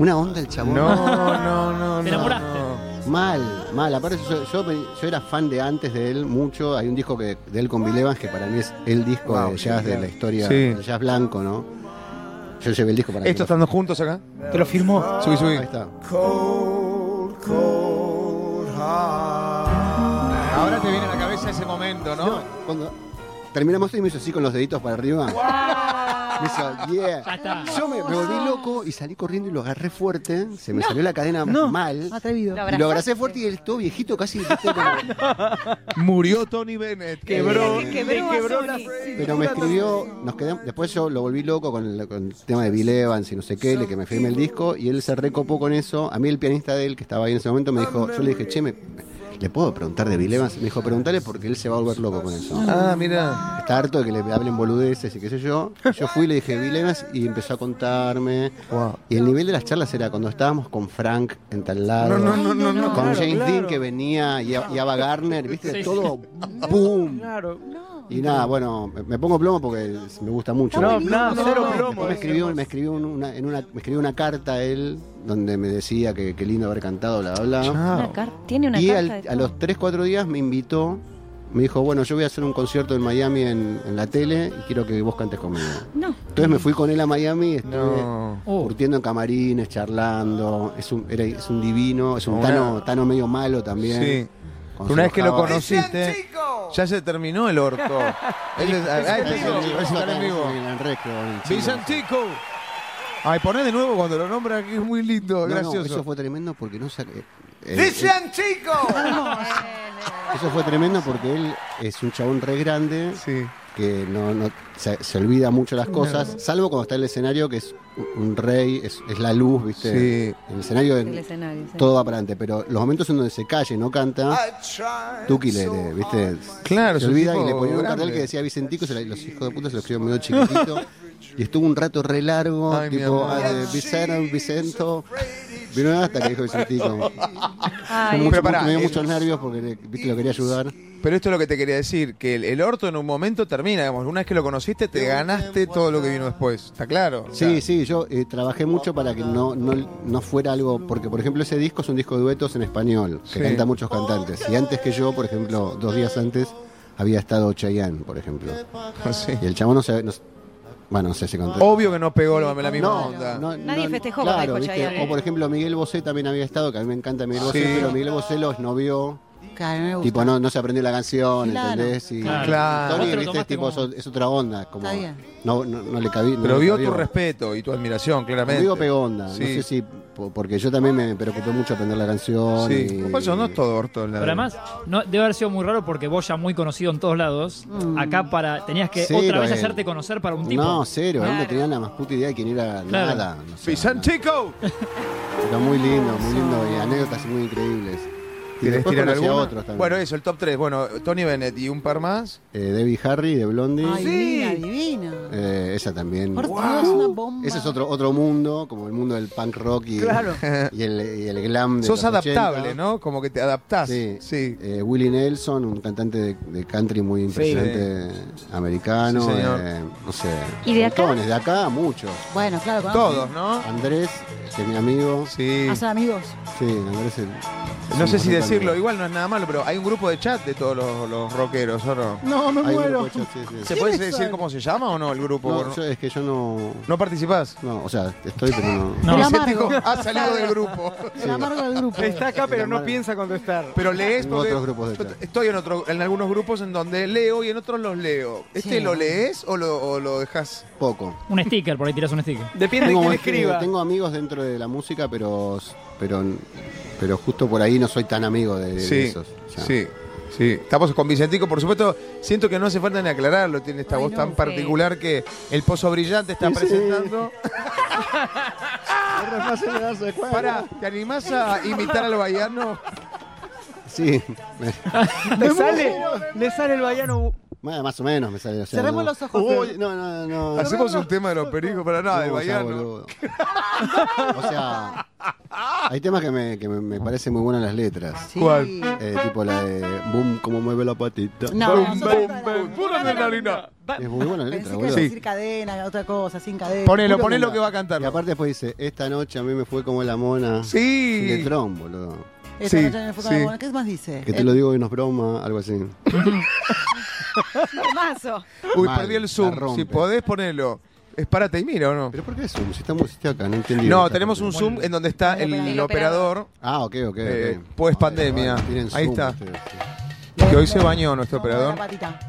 [SPEAKER 3] Una onda el
[SPEAKER 2] No,
[SPEAKER 3] chabón.
[SPEAKER 2] no, no.
[SPEAKER 7] Te
[SPEAKER 2] no,
[SPEAKER 7] enamoraste.
[SPEAKER 2] no.
[SPEAKER 3] Mal, mal. Aparte, yo, yo, yo era fan de antes de él mucho. Hay un disco que, de él con Bill Evans que para mí es el disco
[SPEAKER 2] Wow,
[SPEAKER 3] de jazz de la historia,
[SPEAKER 2] Sí.
[SPEAKER 3] del jazz blanco, ¿no? Yo llevé el disco para
[SPEAKER 2] ¿Estos
[SPEAKER 3] que
[SPEAKER 2] estando juntos acá?
[SPEAKER 5] Te lo firmó.
[SPEAKER 2] Subí,
[SPEAKER 3] lo-
[SPEAKER 2] subí.
[SPEAKER 3] Ahí está.
[SPEAKER 2] Ahora te viene a la cabeza ese momento, ¿no?
[SPEAKER 3] Cuando terminamos y me hizo así con los deditos para arriba. Me hizo, yeah.
[SPEAKER 7] Ya está.
[SPEAKER 3] Yo me, me volví loco y salí corriendo y lo agarré fuerte. Se me salió la cadena mal.
[SPEAKER 4] Atrevido.
[SPEAKER 6] Lo
[SPEAKER 3] Y lo abracé fuerte y él todo viejito casi. viste, como-
[SPEAKER 2] Murió Tony Bennett. Eh,
[SPEAKER 5] Quebró.
[SPEAKER 6] Le quebró
[SPEAKER 5] le
[SPEAKER 6] a
[SPEAKER 5] la
[SPEAKER 6] Sony.
[SPEAKER 5] cintura
[SPEAKER 3] Pero me escribió, nos quedamos, después yo lo volví loco con el, con el tema de Bill Evans y no sé qué, le que me firme el disco y él se recopó con eso. A mí el pianista de él que estaba ahí en ese momento me dijo, yo le dije, che, me- ¿le puedo preguntar de Bill Evans? Me dijo, preguntale porque él se va a volver loco con eso.
[SPEAKER 2] Ah, mira.
[SPEAKER 3] Está harto de que le hablen boludeces y qué sé yo. Yo fui y le dije Bill Evans y empezó a contarme.
[SPEAKER 2] Wow.
[SPEAKER 3] Y el nivel de las charlas era cuando estábamos con Frank en tal lado.
[SPEAKER 2] No, no, no, no, no.
[SPEAKER 3] Con James Dean que venía y, a- y Ava Garner, viste,
[SPEAKER 7] Sí.
[SPEAKER 3] todo boom.
[SPEAKER 5] Claro.
[SPEAKER 3] Y nada, bueno, me- me pongo plomo porque es- me gusta mucho.
[SPEAKER 5] No,
[SPEAKER 3] Después
[SPEAKER 5] no, cero
[SPEAKER 4] no.
[SPEAKER 5] plomo. eh.
[SPEAKER 3] me escribió, me escribió un- una, en una, me escribió una carta él donde me decía que qué lindo haber cantado, bla, bla, bla.
[SPEAKER 6] Una
[SPEAKER 2] Chao.
[SPEAKER 6] car- Tiene una
[SPEAKER 3] Ah. y
[SPEAKER 6] carta
[SPEAKER 3] al-
[SPEAKER 6] de
[SPEAKER 3] a los 3, 4 días me invitó, me dijo, bueno, yo voy a hacer un concierto en Miami en, en la tele y quiero que vos cantes conmigo.
[SPEAKER 6] No.
[SPEAKER 3] Entonces me fui con él a Miami y estuve
[SPEAKER 2] No.
[SPEAKER 7] Uh,
[SPEAKER 3] curtiendo en camarines, charlando. Es un, era- es un divino, es un
[SPEAKER 2] Una-
[SPEAKER 3] tano, tano medio malo también.
[SPEAKER 2] Sí.
[SPEAKER 3] Cuando
[SPEAKER 2] Una
[SPEAKER 3] se
[SPEAKER 2] vez que lo
[SPEAKER 3] enojaba.
[SPEAKER 2] conociste, ya se terminó el orto. Él es- ah, este es el recital en vivo.
[SPEAKER 3] En el recreo, en el cine.
[SPEAKER 2] Vicentico. Ay, poné de nuevo cuando lo nombra, que es muy lindo,
[SPEAKER 3] No, no,
[SPEAKER 2] gracioso.
[SPEAKER 3] eso fue tremendo porque no eh, saqué.
[SPEAKER 2] Eh, ¡Vicentico!
[SPEAKER 3] eso fue tremendo porque él es un chabón re grande
[SPEAKER 2] Sí.
[SPEAKER 3] que no, no- se, se olvida mucho las cosas, salvo cuando está en el escenario que es un rey, es, es la luz, ¿viste?
[SPEAKER 2] Sí.
[SPEAKER 3] En el escenario en-
[SPEAKER 6] El escenario. sí.
[SPEAKER 3] todo va para adelante, pero los momentos en donde se calla y no canta, Tuki le, le- ¿viste?
[SPEAKER 2] Claro,
[SPEAKER 3] se
[SPEAKER 2] es un
[SPEAKER 3] olvida y
[SPEAKER 2] tipo
[SPEAKER 3] le ponía un cartel
[SPEAKER 2] grande.
[SPEAKER 3] que decía Vicentico, se la- los hijos de puta se lo escribió medio chiquitito. Y estuvo un rato re largo,
[SPEAKER 2] Ay, mi
[SPEAKER 3] tipo,
[SPEAKER 2] amor.
[SPEAKER 3] ah, de Vicente, Vicento. Vino hasta que dijo Vicentico.
[SPEAKER 6] Ay,
[SPEAKER 3] Mucho-
[SPEAKER 2] pará,
[SPEAKER 3] me dio
[SPEAKER 2] eh,
[SPEAKER 3] muchos nervios porque le- viste, lo quería ayudar.
[SPEAKER 2] Pero esto es lo que te quería decir, que el, el orto en un momento termina, digamos, una vez que lo conociste te ganaste todo lo que vino después, ¿está claro? O sea,
[SPEAKER 3] Sí, sí, yo eh, trabajé mucho para que no, no, no fuera algo, porque por ejemplo ese disco es un disco de duetos en español, que
[SPEAKER 2] Sí.
[SPEAKER 3] cantan muchos cantantes. Y antes que yo, por ejemplo, dos días antes, había estado Chayanne, por ejemplo.
[SPEAKER 2] sí.
[SPEAKER 3] Y el chabón no se... no se- bueno, no sé si contó.
[SPEAKER 2] Obvio que Oh, no pegó la, la misma onda.
[SPEAKER 3] no,
[SPEAKER 6] Nadie
[SPEAKER 3] no,
[SPEAKER 6] festejó con
[SPEAKER 3] claro,
[SPEAKER 6] Michael
[SPEAKER 3] ¿viste?
[SPEAKER 6] Chayanne.
[SPEAKER 3] O por ejemplo Miguel Bosé también había estado, que a mí me encanta Miguel Bosé,
[SPEAKER 2] Sí.
[SPEAKER 3] pero Miguel Bosé lo esnovió.
[SPEAKER 4] Claro, me gusta.
[SPEAKER 3] Tipo, no, no se aprendió la canción,
[SPEAKER 4] Claro.
[SPEAKER 3] ¿entendés? Y,
[SPEAKER 7] Claro.
[SPEAKER 2] Claro.
[SPEAKER 3] Tony,
[SPEAKER 7] Vos te lo
[SPEAKER 3] ¿viste?
[SPEAKER 7] tomaste
[SPEAKER 3] Tipo,
[SPEAKER 7] como-
[SPEAKER 3] eso- es otra onda. Como,
[SPEAKER 4] Está bien.
[SPEAKER 3] no, no, no le cabía.
[SPEAKER 2] Pero vio tu respeto y tu admiración, claramente.
[SPEAKER 3] Conmigo pegó onda.
[SPEAKER 2] Sí.
[SPEAKER 3] No sé si. po- Porque yo también me preocupé mucho aprender la canción.
[SPEAKER 2] Sí.
[SPEAKER 3] y-
[SPEAKER 2] Por eso no es todo orto. la
[SPEAKER 7] Pero
[SPEAKER 2] verdad.
[SPEAKER 7] además, no, debe haber sido muy raro porque vos ya muy conocido en todos lados.
[SPEAKER 4] Mm.
[SPEAKER 7] Acá para tenías que
[SPEAKER 3] Cero
[SPEAKER 7] otra vez
[SPEAKER 3] él.
[SPEAKER 7] hacerte conocer para un tipo.
[SPEAKER 3] No, cero. Él no
[SPEAKER 6] Claro.
[SPEAKER 3] tenía la más puta idea de quién era
[SPEAKER 7] Claro.
[SPEAKER 3] nada. no sé,
[SPEAKER 2] ¡Vicentico!
[SPEAKER 3] nada. Pero muy lindo, muy lindo. Y anécdotas muy increíbles. Y
[SPEAKER 2] ¿Querés
[SPEAKER 3] después
[SPEAKER 2] tirar
[SPEAKER 3] conocí a
[SPEAKER 2] alguna?
[SPEAKER 3] otros también.
[SPEAKER 2] Bueno, eso, el top 3. Bueno, Tony Bennett y un par más.
[SPEAKER 3] Eh, Debbie Harry de Blondie.
[SPEAKER 4] Ay,
[SPEAKER 2] Sí.
[SPEAKER 4] divina, divina.
[SPEAKER 3] Eh, esa también.
[SPEAKER 4] Por Dios, una bomba.
[SPEAKER 3] Ese es otro, otro mundo, como el mundo del punk rock y,
[SPEAKER 5] Claro.
[SPEAKER 3] y, el, y el glam. De
[SPEAKER 2] Sos
[SPEAKER 3] los 80.
[SPEAKER 2] adaptable, ¿no? Como que te adaptás.
[SPEAKER 3] Sí.
[SPEAKER 2] Sí. Sí.
[SPEAKER 3] Eh, Willie Nelson, un cantante de, de country muy impresionante americano.
[SPEAKER 2] Sí, señor.
[SPEAKER 3] eh, no sé.
[SPEAKER 6] ¿Y de acá? Oh.
[SPEAKER 3] montones, de acá muchos.
[SPEAKER 4] Bueno, claro, con
[SPEAKER 2] Todos, ¿no?
[SPEAKER 3] Andrés, que es mi amigo.
[SPEAKER 2] Sí.
[SPEAKER 4] Hacer amigos.
[SPEAKER 3] Sí, Andrés. el- es
[SPEAKER 2] No
[SPEAKER 3] un
[SPEAKER 2] sé si
[SPEAKER 3] bastante
[SPEAKER 2] decirlo,
[SPEAKER 3] amigo.
[SPEAKER 2] igual no es nada malo, pero hay un grupo de chat de todos los, los rockeros, ¿o no?
[SPEAKER 4] No, me
[SPEAKER 3] Hay un grupo de chat, sí, sí.
[SPEAKER 2] ¿Se puede
[SPEAKER 4] ¿Quiénes
[SPEAKER 2] decir
[SPEAKER 4] son?
[SPEAKER 2] cómo se llama o no el grupo?
[SPEAKER 3] No,
[SPEAKER 2] Por-
[SPEAKER 3] yo- es que yo no.
[SPEAKER 2] ¿No participás?
[SPEAKER 3] No, o sea, estoy, pero no.
[SPEAKER 7] No.
[SPEAKER 4] El
[SPEAKER 2] Vicentico
[SPEAKER 4] amargo.
[SPEAKER 2] ha salido del grupo.
[SPEAKER 4] El amargo del grupo.
[SPEAKER 5] Está acá, pero no
[SPEAKER 3] Mal.
[SPEAKER 5] piensa contestar.
[SPEAKER 2] Pero lees
[SPEAKER 3] Tengo
[SPEAKER 2] porque
[SPEAKER 3] otros grupos de
[SPEAKER 2] yo
[SPEAKER 3] chat.
[SPEAKER 2] estoy en otro, en algunos grupos en donde leo y en otros los leo. ¿Este
[SPEAKER 4] Sí.
[SPEAKER 2] lo lees o lo, o lo dejas?
[SPEAKER 3] Poco.
[SPEAKER 7] Un sticker, por ahí tiras un sticker.
[SPEAKER 5] Depende de quién
[SPEAKER 3] este-
[SPEAKER 5] escriba.
[SPEAKER 3] tengo amigos dentro de la música, pero. Pero, pero justo por ahí no soy tan amigo de, de esos. o sea.
[SPEAKER 2] sí, sí. Estamos con Vicentico, por supuesto. Siento que no hace falta ni aclararlo. Tiene esta
[SPEAKER 6] Ay,
[SPEAKER 2] voz
[SPEAKER 6] no,
[SPEAKER 2] tan
[SPEAKER 6] sí.
[SPEAKER 2] particular que el Pozo Brillante está
[SPEAKER 3] Sí, sí.
[SPEAKER 2] presentando.
[SPEAKER 3] Es fácil de darse cuenta.
[SPEAKER 2] Para, ¿te animás a imitar al baiano?
[SPEAKER 3] Sí, me-
[SPEAKER 5] Le sale, le sale el baiano.
[SPEAKER 3] más más o menos me salió. o sea,
[SPEAKER 4] Cerremos
[SPEAKER 3] no.
[SPEAKER 4] los ojos.
[SPEAKER 3] Uy, no, no, no. no.
[SPEAKER 2] Hacemos un tema de los pericos, para nada, del
[SPEAKER 3] No, o sea,
[SPEAKER 2] baiano.
[SPEAKER 3] boludo. O sea, hay temas que me, que me, me parecen muy buenas las letras.
[SPEAKER 4] Sí.
[SPEAKER 2] ¿Cuál?
[SPEAKER 3] Eh, tipo la de Boom, cómo mueve la patita.
[SPEAKER 4] No,
[SPEAKER 2] Bum,
[SPEAKER 4] nosotros
[SPEAKER 2] bum,
[SPEAKER 4] no
[SPEAKER 2] bum,
[SPEAKER 4] éramos.
[SPEAKER 2] pura adrenalina.
[SPEAKER 3] Es muy buena la
[SPEAKER 4] Pensé
[SPEAKER 3] letra,
[SPEAKER 4] que
[SPEAKER 3] boludo.
[SPEAKER 4] ibas a
[SPEAKER 2] Sí.
[SPEAKER 4] decir cadena, otra cosa, sin cadena.
[SPEAKER 2] Ponelo,
[SPEAKER 3] Puro
[SPEAKER 2] ponelo
[SPEAKER 3] tema.
[SPEAKER 2] que va a
[SPEAKER 3] Y
[SPEAKER 2] cantar.
[SPEAKER 3] aparte después dice, esta noche a mí me fue como la mona.
[SPEAKER 2] Sí.
[SPEAKER 3] De Tron, boludo.
[SPEAKER 4] Esa
[SPEAKER 2] Sí,
[SPEAKER 4] noche en el foco de
[SPEAKER 2] sí.
[SPEAKER 4] la mona. ¿Qué más dice?
[SPEAKER 3] Que te
[SPEAKER 4] El-
[SPEAKER 3] lo digo y nos broma, algo así.
[SPEAKER 6] mazo.
[SPEAKER 2] Uy,
[SPEAKER 3] Mal,
[SPEAKER 2] perdí el
[SPEAKER 3] la
[SPEAKER 2] Zoom.
[SPEAKER 3] rompe.
[SPEAKER 2] Si podés, ponelo. Es párate y mira, ¿o no?
[SPEAKER 3] ¿Pero por qué Zoom? Si estamos si estoy acá, no entendí.
[SPEAKER 2] No,
[SPEAKER 3] Está
[SPEAKER 2] tenemos un
[SPEAKER 3] contento.
[SPEAKER 2] Zoom en donde está el,
[SPEAKER 6] El
[SPEAKER 2] operador,
[SPEAKER 6] operador.
[SPEAKER 3] Ah, ok, ok.
[SPEAKER 2] Eh,
[SPEAKER 3] ok.
[SPEAKER 2] pues
[SPEAKER 3] Vale,
[SPEAKER 2] pandemia.
[SPEAKER 3] vale, tienen
[SPEAKER 2] Ahí
[SPEAKER 3] Zoom
[SPEAKER 2] está.
[SPEAKER 3] ustedes, sí.
[SPEAKER 2] que hoy se bañó nuestro
[SPEAKER 4] Eh, Vamos a ver
[SPEAKER 2] operador.
[SPEAKER 4] la patita.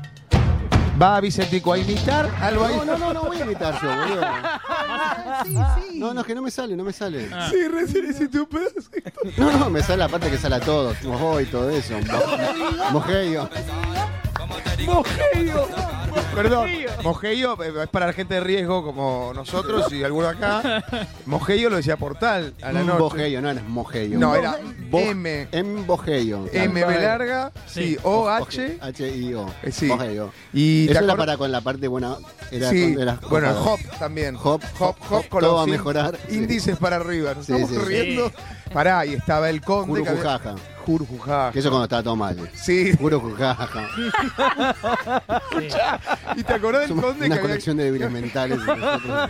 [SPEAKER 2] Va Vicentico a imitar al
[SPEAKER 3] No, no,
[SPEAKER 2] baiano.
[SPEAKER 3] no, no voy a imitar yo, boludo.
[SPEAKER 4] Sí, sí.
[SPEAKER 3] No, no, es que no me sale, no me sale.
[SPEAKER 2] Sí, recién hiciste un pedazo.
[SPEAKER 3] No, no, me sale la parte que sale a todos. Mojó y todo eso. Mo- Mojeio.
[SPEAKER 5] ¡Mojeio!
[SPEAKER 2] Perdón, Mojeyo eh, es para la gente de riesgo como nosotros y alguno acá. Mojeyo lo decía Portal a
[SPEAKER 3] Mm,
[SPEAKER 2] la noche.
[SPEAKER 3] Bojeio, no eres mojeio.
[SPEAKER 2] No, era
[SPEAKER 3] Bo-
[SPEAKER 2] M.
[SPEAKER 3] M. Bojeio.
[SPEAKER 2] MB larga, sí,
[SPEAKER 7] Sí.
[SPEAKER 2] O-H.
[SPEAKER 3] H-I-O.
[SPEAKER 2] Eh, sí.
[SPEAKER 3] Bojeio.
[SPEAKER 2] Y te
[SPEAKER 3] Eso era
[SPEAKER 2] acordás-
[SPEAKER 3] para con la parte buena. Era
[SPEAKER 2] sí,
[SPEAKER 3] con- era-
[SPEAKER 2] bueno,
[SPEAKER 3] con-
[SPEAKER 2] hop también.
[SPEAKER 3] Hop,
[SPEAKER 2] hop,
[SPEAKER 3] hop,
[SPEAKER 2] hop,
[SPEAKER 3] hop,
[SPEAKER 2] con
[SPEAKER 3] todo
[SPEAKER 2] los
[SPEAKER 3] a
[SPEAKER 2] in-
[SPEAKER 3] mejorar.
[SPEAKER 2] Índices para arriba. Nos
[SPEAKER 3] Sí,
[SPEAKER 2] estamos
[SPEAKER 3] sí, sí.
[SPEAKER 2] riendo. Pará, y estaba el conde. que había-
[SPEAKER 3] Jurujujaja.
[SPEAKER 2] Jurujujaja.
[SPEAKER 3] Que eso cuando estaba todo mal.
[SPEAKER 2] Sí,
[SPEAKER 3] Jurujujaja.
[SPEAKER 2] y te acordás del
[SPEAKER 3] Somos
[SPEAKER 2] conde que
[SPEAKER 3] una
[SPEAKER 2] había...
[SPEAKER 3] colección de débiles mentales. nosotros.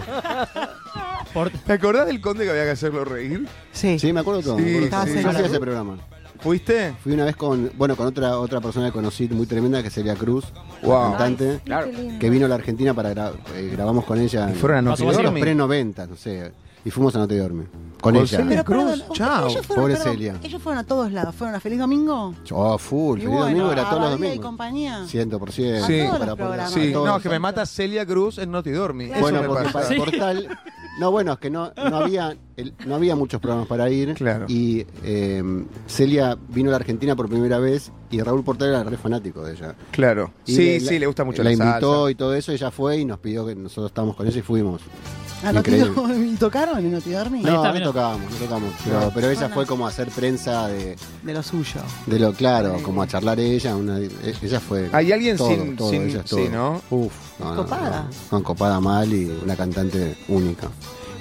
[SPEAKER 7] Por-
[SPEAKER 2] ¿Te acordás del conde que había que hacerlo reír?
[SPEAKER 4] Sí.
[SPEAKER 3] Sí, me acuerdo todo.
[SPEAKER 2] Sí,
[SPEAKER 3] me acuerdo todo.
[SPEAKER 4] sí.
[SPEAKER 3] Yo hacía ese programa.
[SPEAKER 2] ¿Fuiste?
[SPEAKER 3] Fui una vez con, bueno, con otra otra persona que conocí muy tremenda que sería Cruz,
[SPEAKER 2] Wow.
[SPEAKER 3] cantante.
[SPEAKER 5] Claro.
[SPEAKER 3] que vino a la Argentina para gra- eh, grabamos con ella.
[SPEAKER 2] Fueron a
[SPEAKER 7] Nos
[SPEAKER 2] Notre
[SPEAKER 7] Pasó
[SPEAKER 3] los
[SPEAKER 7] Dormi.
[SPEAKER 2] Dame.
[SPEAKER 3] pre-90, no sé. Y fuimos a No te duerme. Con
[SPEAKER 2] Con
[SPEAKER 3] ella.
[SPEAKER 2] Celia.
[SPEAKER 4] Pero
[SPEAKER 2] Cruz,
[SPEAKER 4] perdón,
[SPEAKER 2] chao.
[SPEAKER 4] ellos fueron,
[SPEAKER 3] Pobre
[SPEAKER 4] perdón,
[SPEAKER 3] Celia.
[SPEAKER 4] Ellos fueron a todos lados. Fueron a Feliz Domingo.
[SPEAKER 3] Oh, full.
[SPEAKER 4] Y
[SPEAKER 3] Feliz
[SPEAKER 4] bueno,
[SPEAKER 3] Domingo era
[SPEAKER 4] a
[SPEAKER 3] todos los
[SPEAKER 4] Badía y
[SPEAKER 3] domingos.
[SPEAKER 4] compañía.
[SPEAKER 3] 100%.
[SPEAKER 2] Sí.
[SPEAKER 4] todos
[SPEAKER 3] Para
[SPEAKER 4] los
[SPEAKER 3] poder-
[SPEAKER 4] programas.
[SPEAKER 2] Sí,
[SPEAKER 3] a todos.
[SPEAKER 2] no, que me mata Celia Cruz en Naughty Dormi. Eso
[SPEAKER 3] Bueno,
[SPEAKER 2] me
[SPEAKER 3] porque
[SPEAKER 2] pasa.
[SPEAKER 3] para
[SPEAKER 7] Sí.
[SPEAKER 3] Portal. No, bueno, es que no, no, había, el- no había muchos programas para ir.
[SPEAKER 2] Claro.
[SPEAKER 3] Y eh, Celia vino a la Argentina por primera vez y Raúl Portal era re fanático de ella.
[SPEAKER 2] Claro.
[SPEAKER 3] Y
[SPEAKER 2] Sí, sí, le gusta mucho la,
[SPEAKER 3] La invitó
[SPEAKER 2] salsa.
[SPEAKER 3] y todo eso, ella fue y nos pidió que nosotros estábamos con ella y fuimos.
[SPEAKER 4] A no
[SPEAKER 3] Increíble.
[SPEAKER 4] ¿Y tocaron en Noti Dormi?
[SPEAKER 3] No,
[SPEAKER 7] está,
[SPEAKER 3] no
[SPEAKER 7] mira.
[SPEAKER 3] tocábamos, no tocamos. Pero, pero ella fue como a hacer prensa de,
[SPEAKER 4] De lo suyo.
[SPEAKER 3] de lo claro, como a charlar ella. Una, e- ella fue.
[SPEAKER 2] Hay alguien
[SPEAKER 3] todo,
[SPEAKER 2] sin-
[SPEAKER 3] todo,
[SPEAKER 2] sin-
[SPEAKER 3] ella es
[SPEAKER 2] sí,
[SPEAKER 3] todo.
[SPEAKER 2] ¿no?
[SPEAKER 3] Uf, no, no,
[SPEAKER 4] Copada.
[SPEAKER 3] no, no, copada mal y una cantante única.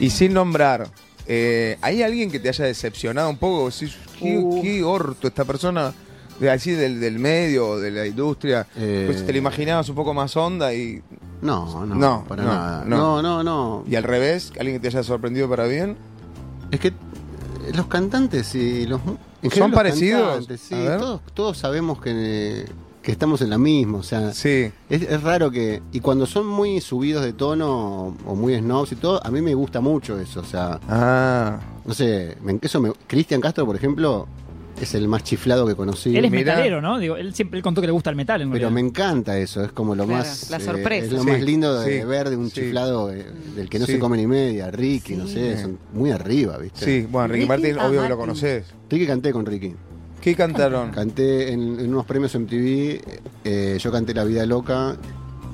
[SPEAKER 2] Y sin nombrar, eh, ¿hay alguien que te haya decepcionado un poco? Vos decís, ¿Qué,
[SPEAKER 5] Uh.
[SPEAKER 2] qué orto esta persona? De así del, del medio, de la industria.
[SPEAKER 3] Eh.
[SPEAKER 2] Pues te la imaginabas un poco más onda y,
[SPEAKER 3] No, no,
[SPEAKER 2] No,
[SPEAKER 3] para
[SPEAKER 2] no,
[SPEAKER 3] nada.
[SPEAKER 2] no.
[SPEAKER 3] No, no, no.
[SPEAKER 2] y al revés, alguien que te haya sorprendido para bien.
[SPEAKER 3] Es que eh, los cantantes y los... mu-
[SPEAKER 2] ¿Son
[SPEAKER 3] en general los
[SPEAKER 2] parecidos?
[SPEAKER 3] cantantes, sí,
[SPEAKER 2] A ver.
[SPEAKER 3] todos, todos sabemos que, que estamos en la misma, o sea...
[SPEAKER 2] Sí.
[SPEAKER 3] Es, es raro que. Y cuando son muy subidos de tono o, o muy snobs y todo, a mí me gusta mucho eso. O sea,
[SPEAKER 2] Ah.
[SPEAKER 3] no sé, me, eso me. Cristian Castro, por ejemplo, es el más chiflado que conocí.
[SPEAKER 7] él es
[SPEAKER 2] mirá.
[SPEAKER 7] metalero, ¿no? Digo, él siempre él contó que le gusta el metal. En
[SPEAKER 3] Pero me
[SPEAKER 7] realidad.
[SPEAKER 3] encanta eso, es como lo
[SPEAKER 6] Claro,
[SPEAKER 3] más.
[SPEAKER 6] la
[SPEAKER 3] eh,
[SPEAKER 6] sorpresa.
[SPEAKER 3] es lo
[SPEAKER 2] Sí,
[SPEAKER 3] más lindo de
[SPEAKER 2] sí,
[SPEAKER 3] ver de un
[SPEAKER 2] sí.
[SPEAKER 3] chiflado eh, del que no
[SPEAKER 2] Sí.
[SPEAKER 3] se come ni media. Ricky, no
[SPEAKER 4] Sí.
[SPEAKER 3] sé, son muy arriba, ¿viste?
[SPEAKER 2] Sí, bueno, Ricky
[SPEAKER 4] Ricky,
[SPEAKER 2] Martin,
[SPEAKER 4] ah,
[SPEAKER 2] obvio que lo
[SPEAKER 4] Martin.
[SPEAKER 2] conoces.
[SPEAKER 3] Ricky canté con Ricky.
[SPEAKER 2] ¿Qué cantaron?
[SPEAKER 3] Canté en, en unos premios MTV, eh, yo canté La Vida Loca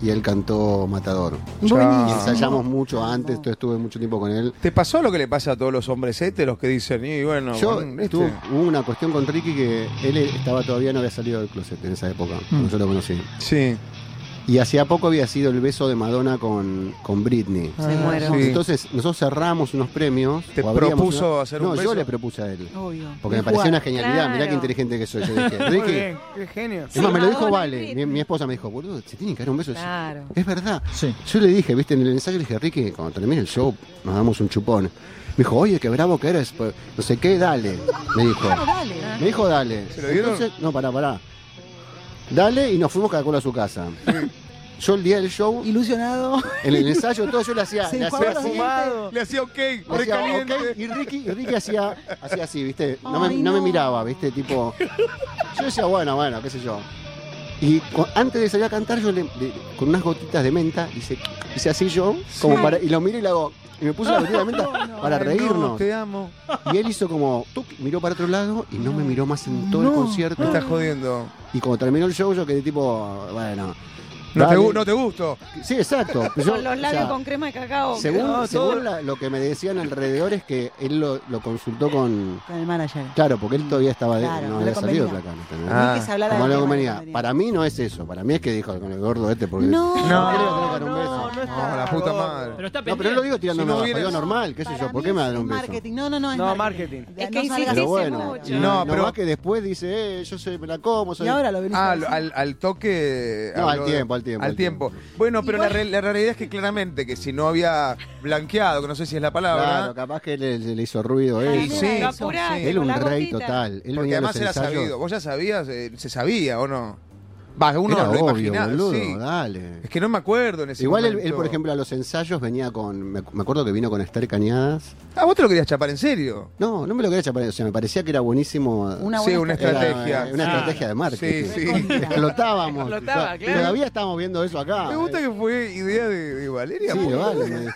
[SPEAKER 3] y él cantó Matador.
[SPEAKER 2] Chao.
[SPEAKER 3] Y ensayamos mucho antes, yo estuve mucho tiempo con él.
[SPEAKER 2] ¿Te pasó lo que le pasa a todos los hombres héteros que dicen, y bueno,
[SPEAKER 3] Yo
[SPEAKER 2] con este"?
[SPEAKER 3] tuve- hubo una cuestión con Ricky que él estaba todavía no había salido del closet en esa época, cuando yo lo conocí.
[SPEAKER 2] Sí.
[SPEAKER 3] Y hacía poco había sido el beso de Madonna con, con Britney.
[SPEAKER 6] Se muero.
[SPEAKER 2] sí.
[SPEAKER 3] Entonces nosotros cerramos unos premios.
[SPEAKER 2] ¿Te
[SPEAKER 3] o abríamos
[SPEAKER 2] propuso hacer un
[SPEAKER 3] No,
[SPEAKER 2] beso?
[SPEAKER 3] yo le propuse a él.
[SPEAKER 4] Obvio.
[SPEAKER 3] Porque me pareció una
[SPEAKER 4] Jugar.
[SPEAKER 3] genialidad. Mirá
[SPEAKER 6] Claro.
[SPEAKER 3] qué inteligente que soy. Yo dije,
[SPEAKER 5] Muy
[SPEAKER 3] Ricky.
[SPEAKER 5] bien, qué genio.
[SPEAKER 3] Es más, me lo dijo
[SPEAKER 6] Madonna y
[SPEAKER 3] Vale. Mi,
[SPEAKER 6] Britney.
[SPEAKER 3] mi esposa me dijo, boludo, se tienen que dar un beso.
[SPEAKER 6] Claro.
[SPEAKER 3] Es verdad.
[SPEAKER 7] Sí.
[SPEAKER 3] Yo le dije, viste, en el ensayo le dije, Ricky, cuando termine el show, nos damos un chupón. Me dijo, oye, qué bravo que eres. pues, No sé qué, dale. Me dijo.
[SPEAKER 4] Dale.
[SPEAKER 3] Me dijo dale.
[SPEAKER 2] ¿Se lo dieron?
[SPEAKER 3] Entonces, no, pará, pará. Dale y nos fuimos cada cual a su casa. Yo el día del show,
[SPEAKER 4] Ilusionado.
[SPEAKER 3] en el ensayo, todo yo le hacía,
[SPEAKER 4] Se
[SPEAKER 3] le
[SPEAKER 4] enjuagó
[SPEAKER 3] hacía
[SPEAKER 4] los
[SPEAKER 3] así.
[SPEAKER 4] dientes.
[SPEAKER 5] Fumado.
[SPEAKER 2] Le hacía ok,
[SPEAKER 3] le
[SPEAKER 2] re
[SPEAKER 3] hacía,
[SPEAKER 2] caliente.
[SPEAKER 3] "Ok", y Ricky, y Ricky hacía, hacía así, ¿viste? No me,
[SPEAKER 4] Ay,
[SPEAKER 3] no me
[SPEAKER 4] no.
[SPEAKER 3] miraba, ¿viste? Tipo. Yo decía, bueno, bueno, qué sé yo. Y cu- antes de salir a cantar, yo le, le- con unas gotitas de menta, hice, hice así yo, como
[SPEAKER 2] Sí.
[SPEAKER 3] para, y lo miré y le hago. Y me puse la gotita de menta para
[SPEAKER 2] Ay, no,
[SPEAKER 3] reírnos.
[SPEAKER 2] te amo.
[SPEAKER 3] Y él hizo como, tuc, miró para otro lado y no, me miró más en todo el
[SPEAKER 4] No.
[SPEAKER 3] concierto.
[SPEAKER 2] Me estás jodiendo.
[SPEAKER 3] Y cuando terminó el show, yo quedé tipo, bueno.
[SPEAKER 2] No te,
[SPEAKER 3] dale.
[SPEAKER 2] gu- no te gusto.
[SPEAKER 3] Sí, exacto. Yo,
[SPEAKER 6] con los
[SPEAKER 3] o
[SPEAKER 6] labios
[SPEAKER 3] sea,
[SPEAKER 6] con crema de cacao.
[SPEAKER 3] Según,
[SPEAKER 5] No,
[SPEAKER 3] según
[SPEAKER 5] todo-
[SPEAKER 3] la- lo que me decían alrededor es que él lo, lo consultó con.
[SPEAKER 4] Con el manager.
[SPEAKER 3] Claro, porque él todavía estaba. de- no
[SPEAKER 4] Claro, no
[SPEAKER 3] había
[SPEAKER 4] le
[SPEAKER 3] salido de
[SPEAKER 4] convenía.
[SPEAKER 3] Placano. ¿entendés?
[SPEAKER 2] Ah,
[SPEAKER 4] Ni que se hablara
[SPEAKER 3] Como
[SPEAKER 4] del
[SPEAKER 3] algo
[SPEAKER 4] tema
[SPEAKER 3] convenía.
[SPEAKER 4] que
[SPEAKER 3] Para mí no es eso. Para mí es que dijo con el gordo este. Porque
[SPEAKER 4] No.
[SPEAKER 3] ¿Por qué le
[SPEAKER 5] No,
[SPEAKER 3] voy a tener que dar un beso?
[SPEAKER 5] no, no
[SPEAKER 2] No, la
[SPEAKER 5] está.
[SPEAKER 2] puta madre.
[SPEAKER 7] Pero está
[SPEAKER 3] No, pero él lo digo tirando
[SPEAKER 2] Si no
[SPEAKER 3] una
[SPEAKER 2] hubiera-
[SPEAKER 3] digo normal, qué sé
[SPEAKER 4] Para
[SPEAKER 3] yo. ¿Por
[SPEAKER 4] mí
[SPEAKER 3] qué me
[SPEAKER 4] eso
[SPEAKER 3] dar un
[SPEAKER 4] es
[SPEAKER 3] beso?
[SPEAKER 4] marketing. No, no, no. Es
[SPEAKER 5] No,
[SPEAKER 4] marketing.
[SPEAKER 5] marketing.
[SPEAKER 6] Es
[SPEAKER 4] No
[SPEAKER 6] que
[SPEAKER 4] salgas
[SPEAKER 6] insististe
[SPEAKER 3] Pero
[SPEAKER 4] así.
[SPEAKER 3] bueno,
[SPEAKER 6] mucho.
[SPEAKER 3] no,
[SPEAKER 2] No, pero-
[SPEAKER 3] pero que después dice, eh, yo sé, me la como. soy-
[SPEAKER 4] Y ahora lo venís a
[SPEAKER 2] Ah,
[SPEAKER 4] decir.
[SPEAKER 2] al, al- al toque.
[SPEAKER 3] No, al
[SPEAKER 2] habló de-
[SPEAKER 3] tiempo, al tiempo,
[SPEAKER 2] Al
[SPEAKER 3] al
[SPEAKER 2] tiempo.
[SPEAKER 3] tiempo.
[SPEAKER 2] Bueno, pero la,
[SPEAKER 4] Igual-
[SPEAKER 2] re- la realidad es que claramente que si no había blanqueado, que no sé si es la palabra.
[SPEAKER 3] Claro, capaz que le, le hizo ruido
[SPEAKER 2] Y
[SPEAKER 3] eso.
[SPEAKER 6] Claro,
[SPEAKER 2] sí,
[SPEAKER 6] lo apurás,
[SPEAKER 2] sí.
[SPEAKER 3] Él
[SPEAKER 6] con
[SPEAKER 3] un
[SPEAKER 6] la
[SPEAKER 3] rey
[SPEAKER 6] gotita.
[SPEAKER 3] total. Él
[SPEAKER 2] Porque
[SPEAKER 3] venía a los
[SPEAKER 2] además era
[SPEAKER 3] ensayos-
[SPEAKER 2] sabido. Vos ya sabías, eh, se sabía o no. Va, uno
[SPEAKER 3] Era
[SPEAKER 2] lo
[SPEAKER 3] obvio,
[SPEAKER 2] imaginaba.
[SPEAKER 3] boludo,
[SPEAKER 2] sí.
[SPEAKER 3] dale.
[SPEAKER 2] Es que no me acuerdo en ese
[SPEAKER 3] Igual él,
[SPEAKER 2] momento.
[SPEAKER 3] él, por ejemplo, a los ensayos venía con. Me, me acuerdo que vino con Esther Cañadas.
[SPEAKER 2] Ah, vos te lo querías chapar en serio.
[SPEAKER 3] No, no me lo quería chapar. O sea, me parecía que era buenísimo.
[SPEAKER 4] Una
[SPEAKER 2] sí, una
[SPEAKER 4] buena
[SPEAKER 3] era,
[SPEAKER 2] estrategia. Ah,
[SPEAKER 3] eh, una estrategia de marketing.
[SPEAKER 2] Sí, sí.
[SPEAKER 3] Explotábamos.
[SPEAKER 5] Explotaba,
[SPEAKER 3] O sea,
[SPEAKER 5] claro.
[SPEAKER 3] Todavía estábamos viendo eso acá. eh.
[SPEAKER 2] Me gusta que fue idea de, de Valeria.
[SPEAKER 3] Ah, Sí,
[SPEAKER 2] porque-
[SPEAKER 3] vale, me dijo.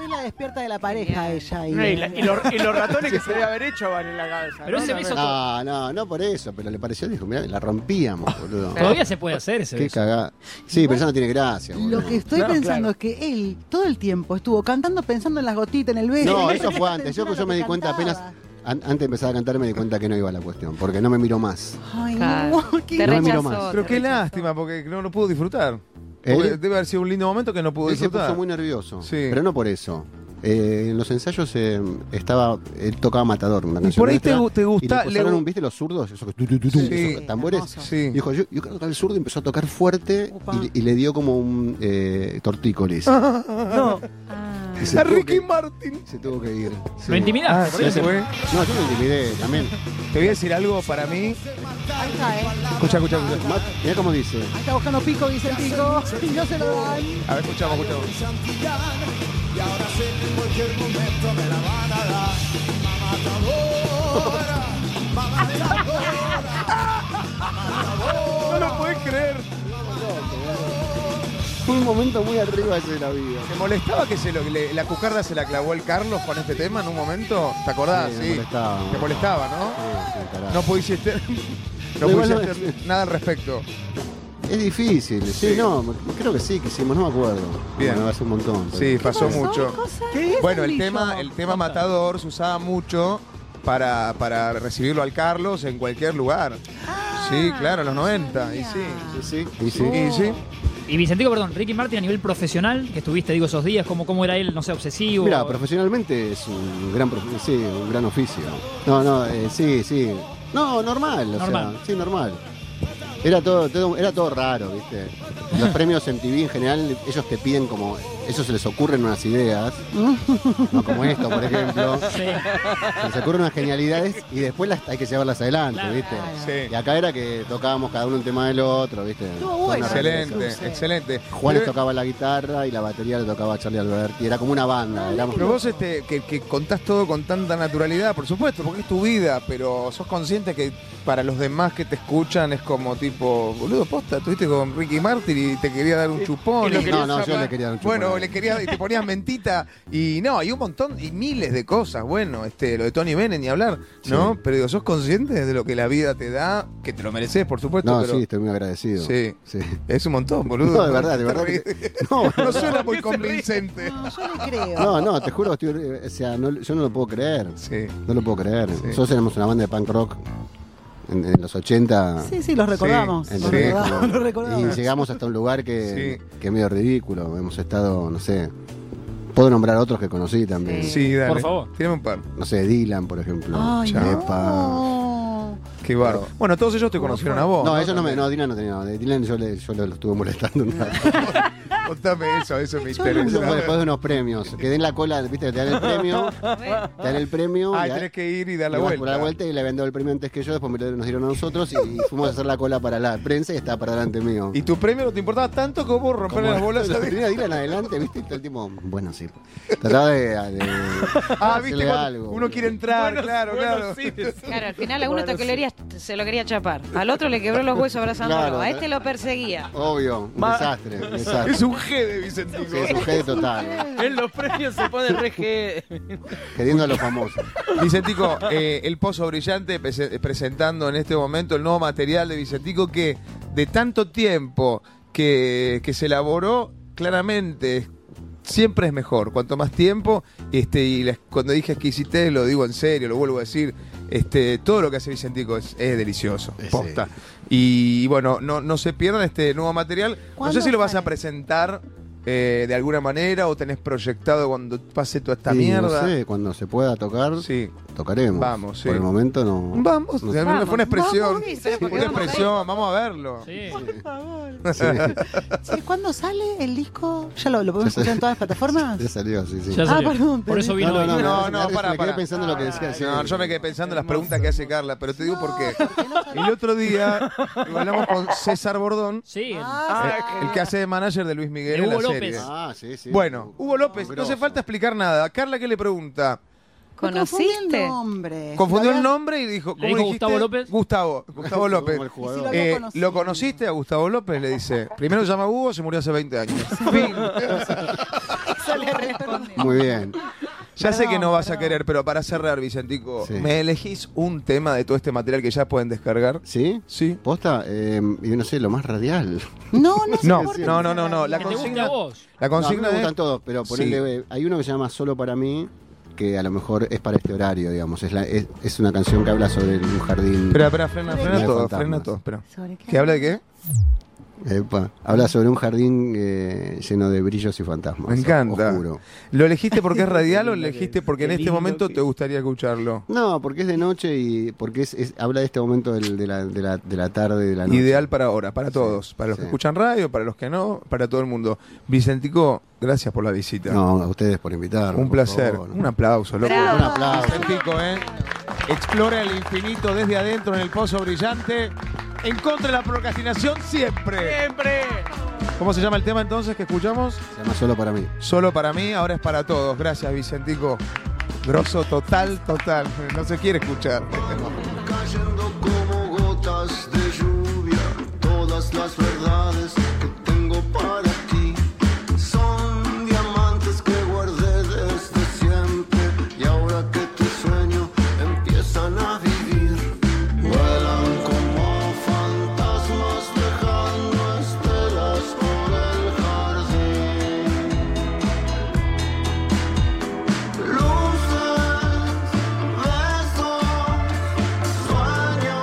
[SPEAKER 4] Y es la despierta de la pareja ella.
[SPEAKER 5] No, y, la- y los- y los ratones que se debe haber hecho van en la cabeza.
[SPEAKER 7] Pero
[SPEAKER 5] ¿no?
[SPEAKER 7] ese
[SPEAKER 5] También.
[SPEAKER 7] beso-
[SPEAKER 3] No, no, no por eso, pero le pareció, dijo, mira, la rompíamos, boludo.
[SPEAKER 7] Todavía se puede hacer ese
[SPEAKER 3] Qué
[SPEAKER 7] beso.
[SPEAKER 3] cagada. Sí, pero eso no tiene gracia, boludo.
[SPEAKER 4] Lo que estoy
[SPEAKER 5] Claro,
[SPEAKER 4] pensando
[SPEAKER 5] claro.
[SPEAKER 4] es que él todo el tiempo estuvo cantando pensando en las gotitas, en el beso.
[SPEAKER 3] No,
[SPEAKER 4] Le
[SPEAKER 3] eso fue
[SPEAKER 4] prestaba
[SPEAKER 3] antes. Yo,
[SPEAKER 4] atención a
[SPEAKER 3] yo
[SPEAKER 4] lo
[SPEAKER 3] me
[SPEAKER 4] que
[SPEAKER 3] di cuenta
[SPEAKER 4] cantaba.
[SPEAKER 3] apenas. an- antes de empezar a cantar me di cuenta que no iba la cuestión, porque no me miró más.
[SPEAKER 4] Ay,
[SPEAKER 6] Claro.
[SPEAKER 4] no, qué
[SPEAKER 6] Te
[SPEAKER 3] No me miró
[SPEAKER 6] rechazó.
[SPEAKER 3] más.
[SPEAKER 6] te
[SPEAKER 2] Pero qué
[SPEAKER 6] rechazó.
[SPEAKER 2] lástima, porque no lo pudo disfrutar.
[SPEAKER 3] ¿Él?
[SPEAKER 2] Porque Debe haber sido un lindo momento que no pudo
[SPEAKER 3] ¿Eh? Él se
[SPEAKER 2] disfrutar.
[SPEAKER 3] puso muy nervioso,
[SPEAKER 2] Sí.
[SPEAKER 3] pero no por eso. Eh, en los ensayos eh, estaba, él tocaba Matador, una
[SPEAKER 2] Y
[SPEAKER 3] canción
[SPEAKER 2] por ahí te
[SPEAKER 3] nuestra,
[SPEAKER 2] gu- te
[SPEAKER 3] y le
[SPEAKER 2] gusta- le
[SPEAKER 3] pusieron
[SPEAKER 2] gu-
[SPEAKER 3] un- ¿viste los zurdos? Esos, que tu, tu, tu, tu,
[SPEAKER 2] Sí. Ah,
[SPEAKER 3] esos
[SPEAKER 4] Sí,
[SPEAKER 3] tambores.
[SPEAKER 4] hermoso.
[SPEAKER 2] Sí.
[SPEAKER 3] Dijo, yo, yo creo que el zurdo empezó a tocar fuerte
[SPEAKER 4] Upa.
[SPEAKER 3] y, le- y le dio como un eh, tortícolis.
[SPEAKER 5] No,
[SPEAKER 6] Ah.
[SPEAKER 3] Y
[SPEAKER 2] A
[SPEAKER 3] tuvo
[SPEAKER 2] Ricky
[SPEAKER 3] que-
[SPEAKER 2] Martin.
[SPEAKER 3] se tuvo que ir. Sí.
[SPEAKER 7] Lo
[SPEAKER 2] Ah,
[SPEAKER 7] intimidaste.
[SPEAKER 2] sí, fue.
[SPEAKER 3] No, yo me intimidé también.
[SPEAKER 2] Te voy a decir algo para mí.
[SPEAKER 4] Ahí está, ¿eh?
[SPEAKER 2] Escucha, escucha, escucha.
[SPEAKER 3] Mat- Mirá cómo dice.
[SPEAKER 4] Ahí está buscando pico, dice el pico. Y no se lo dan.
[SPEAKER 2] A ver, escuchamos, escuchamos. No lo puedes creer.
[SPEAKER 3] Fue un momento muy arriba ese de la vida.
[SPEAKER 2] ¿Te molestaba que se lo- le- la cucarda se la clavó el Carlos con este tema en un momento? ¿Te acordás?
[SPEAKER 3] Sí,
[SPEAKER 2] Sí.
[SPEAKER 3] me molestaba.
[SPEAKER 2] Te molestaba, ¿no?
[SPEAKER 3] Sí, sí, carajo.
[SPEAKER 2] No pudiste, no
[SPEAKER 3] No, igual
[SPEAKER 2] pudiste
[SPEAKER 3] no-
[SPEAKER 2] hacer nada al respecto.
[SPEAKER 3] Es difícil, sí,
[SPEAKER 2] Sí.
[SPEAKER 3] no, creo que sí, que hicimos, no me acuerdo.
[SPEAKER 2] Bien.
[SPEAKER 3] Bueno, hace un montón. pero-
[SPEAKER 2] Sí, pasó mucho.
[SPEAKER 4] ¿Qué?
[SPEAKER 2] Bueno,
[SPEAKER 4] Es
[SPEAKER 2] el
[SPEAKER 4] un
[SPEAKER 2] tema,
[SPEAKER 4] bicho.
[SPEAKER 2] el tema matador se usaba mucho para, para recibirlo al Carlos
[SPEAKER 4] Ah,
[SPEAKER 2] en cualquier lugar. Sí, claro, en los 90. Y sí.
[SPEAKER 3] Sí, sí, y sí.
[SPEAKER 2] Y sí.
[SPEAKER 7] Y Vicentico, perdón, Ricky Martin a nivel profesional, que estuviste, digo, esos días, ¿cómo, cómo era él, no sé, obsesivo?
[SPEAKER 3] Mira, profesionalmente es un gran, profe- sí, un gran oficio. No, no, eh, sí, sí. No, normal, o
[SPEAKER 7] Normal.
[SPEAKER 3] sea, sí, normal. Era todo, todo- era todo raro, ¿viste? Los premios MTV en general, ellos te piden como, ellos se les ocurren unas ideas, no como esto, por ejemplo,
[SPEAKER 7] Sí.
[SPEAKER 3] se les ocurren unas genialidades y después las hay que llevarlas adelante, ¿viste?
[SPEAKER 2] Sí.
[SPEAKER 3] Y acá era que tocábamos cada uno un tema del otro, ¿viste?
[SPEAKER 4] Estuvo
[SPEAKER 3] Fue una
[SPEAKER 4] bueno.
[SPEAKER 2] Excelente,
[SPEAKER 3] revolución.
[SPEAKER 4] Sí.
[SPEAKER 2] excelente.
[SPEAKER 3] Juanes
[SPEAKER 2] Pero-
[SPEAKER 3] tocaba la guitarra y la batería le tocaba a Charlie Alberti, era como una
[SPEAKER 4] Ah,
[SPEAKER 3] banda, éramos
[SPEAKER 2] Pero vos este, que, que contás todo con tanta naturalidad, por supuesto, porque es tu vida, pero sos consciente que para los demás que te escuchan es como tipo, boludo, posta, estuviste con Ricky Martin y te quería dar un chupón.
[SPEAKER 3] y lo
[SPEAKER 2] y-
[SPEAKER 3] querías No, no, yo sacar. le quería dar un chupón.
[SPEAKER 2] Bueno, le quería, y te ponías mentita y no, hay un montón y miles de cosas. Bueno, este, lo de Tony Bennett ni hablar, ¿no?
[SPEAKER 3] Sí.
[SPEAKER 2] Pero digo, sos consciente de lo que la vida te da, que te lo mereces, por supuesto,
[SPEAKER 3] No,
[SPEAKER 2] pero
[SPEAKER 3] sí, estoy muy agradecido.
[SPEAKER 2] Sí.
[SPEAKER 3] Sí.
[SPEAKER 2] es un montón, boludo.
[SPEAKER 3] No, de verdad, de verdad. que te- No,
[SPEAKER 2] No suena muy convincente.
[SPEAKER 4] No, yo le creo.
[SPEAKER 3] no, no, te juro, estoy- eh, o sea, no- yo no lo puedo creer.
[SPEAKER 2] Sí.
[SPEAKER 3] No lo puedo creer.
[SPEAKER 2] Sí.
[SPEAKER 3] Nosotros éramos una banda de punk rock en, en los 80.
[SPEAKER 4] Sí, sí, los recordamos.
[SPEAKER 3] en
[SPEAKER 4] los
[SPEAKER 2] sí,
[SPEAKER 4] recordamos, los
[SPEAKER 3] y
[SPEAKER 4] recordamos.
[SPEAKER 3] llegamos hasta un lugar que, que es medio ridículo. Hemos estado, no sé. Puedo nombrar otros que conocí también.
[SPEAKER 6] Sí.
[SPEAKER 2] Sí, dale.
[SPEAKER 7] Por favor.
[SPEAKER 2] Tírame un par.
[SPEAKER 3] No sé, Dylan, por ejemplo.
[SPEAKER 4] Ay,
[SPEAKER 3] Pepa.
[SPEAKER 4] no.
[SPEAKER 2] Qué bárbaro. Bueno, todos ellos te conocieron a vos.
[SPEAKER 3] No, ellos no me. No, Dylan no tenía. no, de Dylan yo, le- yo lo, lo estuve molestando un rato.
[SPEAKER 2] Contame eso, eso me
[SPEAKER 4] Yo no-
[SPEAKER 3] Eso fue después
[SPEAKER 2] interesa.
[SPEAKER 3] de unos premios. Que den la cola, viste, te dan el premio. Te dan el premio.
[SPEAKER 2] Ah,
[SPEAKER 3] y-
[SPEAKER 2] tenés que ir y dar la
[SPEAKER 3] Y vas
[SPEAKER 2] vuelta.
[SPEAKER 3] Por la vuelta y le vendió el premio antes que yo, después me lo- nos dieron a nosotros y, y fuimos a hacer la cola para la prensa y estaba para delante mío.
[SPEAKER 2] Y tu premio no te importaba tanto como romperle las bolas
[SPEAKER 3] Lo
[SPEAKER 2] a
[SPEAKER 3] tenía Dylan adelante, viste, y todo el tipo, bueno, sí. Trataba de, de-
[SPEAKER 2] Ah,
[SPEAKER 3] hacerle
[SPEAKER 2] viste, cuando
[SPEAKER 3] algo.
[SPEAKER 2] uno quiere entrar, claro, claro.
[SPEAKER 6] Claro, al final a uno te quería- se lo quería chapar. Al otro le quebró los huesos abrazándolo.
[SPEAKER 3] Claro.
[SPEAKER 6] a este lo perseguía.
[SPEAKER 3] Obvio, un desastre, un desastre.
[SPEAKER 2] Es un G de Vicentico.
[SPEAKER 3] Sí, es un jefe total,
[SPEAKER 8] En los premios se pone reje.
[SPEAKER 3] queriendo a los famosos.
[SPEAKER 2] Vicentico, eh, el Pozo Brillante prese- presentando en este momento el nuevo material de Vicentico que de tanto tiempo que, que se elaboró, claramente siempre es mejor. Cuanto más tiempo, este, y la- cuando dije exquisitez, lo digo en serio, lo vuelvo a decir, este, todo lo que hace Vicentico es, es delicioso.
[SPEAKER 3] Sí.
[SPEAKER 2] Posta. Y bueno, no, no se pierdan este nuevo material. No sé
[SPEAKER 4] ¿Cuándo
[SPEAKER 2] si lo vas a
[SPEAKER 4] sale?
[SPEAKER 2] presentar. eh, de alguna manera o tenés proyectado cuando pase toda esta
[SPEAKER 3] Y
[SPEAKER 2] mierda.
[SPEAKER 3] No sé, cuando se pueda tocar,
[SPEAKER 2] Sí.
[SPEAKER 3] tocaremos.
[SPEAKER 2] Vamos, sí.
[SPEAKER 3] Por el momento no.
[SPEAKER 2] Vamos,
[SPEAKER 3] no
[SPEAKER 2] de alguna-
[SPEAKER 6] Vamos,
[SPEAKER 2] fue una expresión.
[SPEAKER 4] vamos,
[SPEAKER 6] sí, pero porque
[SPEAKER 2] una
[SPEAKER 6] vamos a
[SPEAKER 2] expresión, vamos a verlo.
[SPEAKER 7] Sí.
[SPEAKER 3] Sí,
[SPEAKER 4] Sí, ¿Cuándo sale el disco? ¿Ya lo, lo podemos
[SPEAKER 3] Ya sé.
[SPEAKER 4] escuchar en todas las plataformas?
[SPEAKER 3] ya salió, sí, sí.
[SPEAKER 7] Ya
[SPEAKER 4] Ah,
[SPEAKER 7] salió.
[SPEAKER 4] perdón,
[SPEAKER 7] Por eso vino
[SPEAKER 3] no, no,
[SPEAKER 7] hoy.
[SPEAKER 3] no,
[SPEAKER 2] No,
[SPEAKER 3] me-
[SPEAKER 2] no,
[SPEAKER 3] me quedé
[SPEAKER 2] para, para.
[SPEAKER 3] pensando lo que decía. sí.
[SPEAKER 2] No, Ah, yo me quedé pensando en las preguntas que hace Carla, pero te digo por qué.
[SPEAKER 4] No, porque no sabía.
[SPEAKER 2] El otro día hablamos con César Bordón,
[SPEAKER 7] Sí, el-
[SPEAKER 4] Ah,
[SPEAKER 2] el que hace de manager de Luis Miguel
[SPEAKER 7] De
[SPEAKER 2] en la
[SPEAKER 7] Hugo
[SPEAKER 2] serie.
[SPEAKER 7] López.
[SPEAKER 3] Ah, sí, sí.
[SPEAKER 2] Bueno, Hugo López, no
[SPEAKER 3] Grosso.
[SPEAKER 2] hace falta explicar nada. Carla, ¿qué le pregunta?
[SPEAKER 6] ¿Conociste?
[SPEAKER 4] Hombre.
[SPEAKER 2] Confundió el nombre y dijo, ¿cómo
[SPEAKER 7] dijo
[SPEAKER 2] dijiste?
[SPEAKER 7] Gustavo López?
[SPEAKER 2] Gustavo, Gustavo López.
[SPEAKER 3] Como el jugador.
[SPEAKER 4] Y si
[SPEAKER 2] Eh,
[SPEAKER 4] lo conocí.
[SPEAKER 2] ¿Lo conociste a Gustavo López? Le dice. Primero se llama Hugo, se murió hace 20 años. Fin.
[SPEAKER 4] Eso le respondió.
[SPEAKER 3] Muy bien.
[SPEAKER 2] Ya sé que no
[SPEAKER 4] Perdón,
[SPEAKER 2] vas a
[SPEAKER 4] perdón.
[SPEAKER 2] querer, pero para cerrar, Vicentico,
[SPEAKER 3] Sí.
[SPEAKER 2] ¿me elegís un tema de todo este material que ya pueden descargar?
[SPEAKER 3] ¿Sí?
[SPEAKER 2] Sí.
[SPEAKER 3] Posta, eh, yo no sé, lo más radial.
[SPEAKER 4] No, no, sé
[SPEAKER 2] No,
[SPEAKER 4] por qué
[SPEAKER 2] no,
[SPEAKER 4] me
[SPEAKER 2] no, no, no, la
[SPEAKER 7] que te
[SPEAKER 4] sabía.
[SPEAKER 7] gusta
[SPEAKER 2] consigna-
[SPEAKER 7] a vos.
[SPEAKER 2] La
[SPEAKER 3] No,
[SPEAKER 2] consigna
[SPEAKER 3] a mí me
[SPEAKER 2] de...
[SPEAKER 3] gustan todos, pero ponele, hay uno que se llama Solo para mí, que a lo mejor es para este horario, digamos. Es, la- es, es una canción que habla sobre un jardín.
[SPEAKER 2] Espera, espera, frena,
[SPEAKER 3] No
[SPEAKER 2] frena
[SPEAKER 3] hay
[SPEAKER 2] todo,
[SPEAKER 3] fantasmas.
[SPEAKER 2] frena todo, espera.
[SPEAKER 4] ¿Sobre qué?
[SPEAKER 2] ¿Qué habla de qué?
[SPEAKER 3] Epa, habla sobre un jardín eh, lleno de brillos y fantasmas.
[SPEAKER 2] Me encanta.
[SPEAKER 3] Oscuro.
[SPEAKER 2] ¿Lo elegiste porque es radial o lo
[SPEAKER 5] lindo que
[SPEAKER 2] elegiste
[SPEAKER 5] es,
[SPEAKER 2] porque en
[SPEAKER 5] qué
[SPEAKER 2] este
[SPEAKER 5] lindo
[SPEAKER 2] momento
[SPEAKER 5] que
[SPEAKER 2] te gustaría escucharlo?
[SPEAKER 3] No, porque es de noche y porque es, es- habla de este momento del- de, la, de la- de la tarde, de la noche.
[SPEAKER 2] Ideal para ahora, para
[SPEAKER 3] Sí,
[SPEAKER 2] todos, para los que
[SPEAKER 3] sí.
[SPEAKER 2] escuchan radio, para los que no, para todo el mundo. Vicentico, gracias por la visita.
[SPEAKER 3] No, a ustedes por invitarme.
[SPEAKER 2] Un
[SPEAKER 3] por
[SPEAKER 2] placer,
[SPEAKER 3] favor.
[SPEAKER 2] un aplauso, loco.
[SPEAKER 3] Un aplauso.
[SPEAKER 2] Vicentico, ¿eh? Explora el infinito desde adentro en el pozo brillante. En contra de la procrastinación siempre.
[SPEAKER 8] ¡Siempre!
[SPEAKER 2] ¿Cómo se llama el tema entonces que escuchamos?
[SPEAKER 3] Se llama Solo para mí.
[SPEAKER 2] Solo para mí, ahora es para todos. Gracias, Vicentico. Grosso total, total. No se quiere escuchar.
[SPEAKER 9] cayendo como gotas de lluvia. Todas las verdades que tengo para ti son diamantes que guardé desde siempre. Y ahora que tu sueño empiezan a vivir, vuelan como fantasmas dejando estelas por el jardín. Luces, besos. Sueños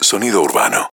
[SPEAKER 1] Sonido Urbano.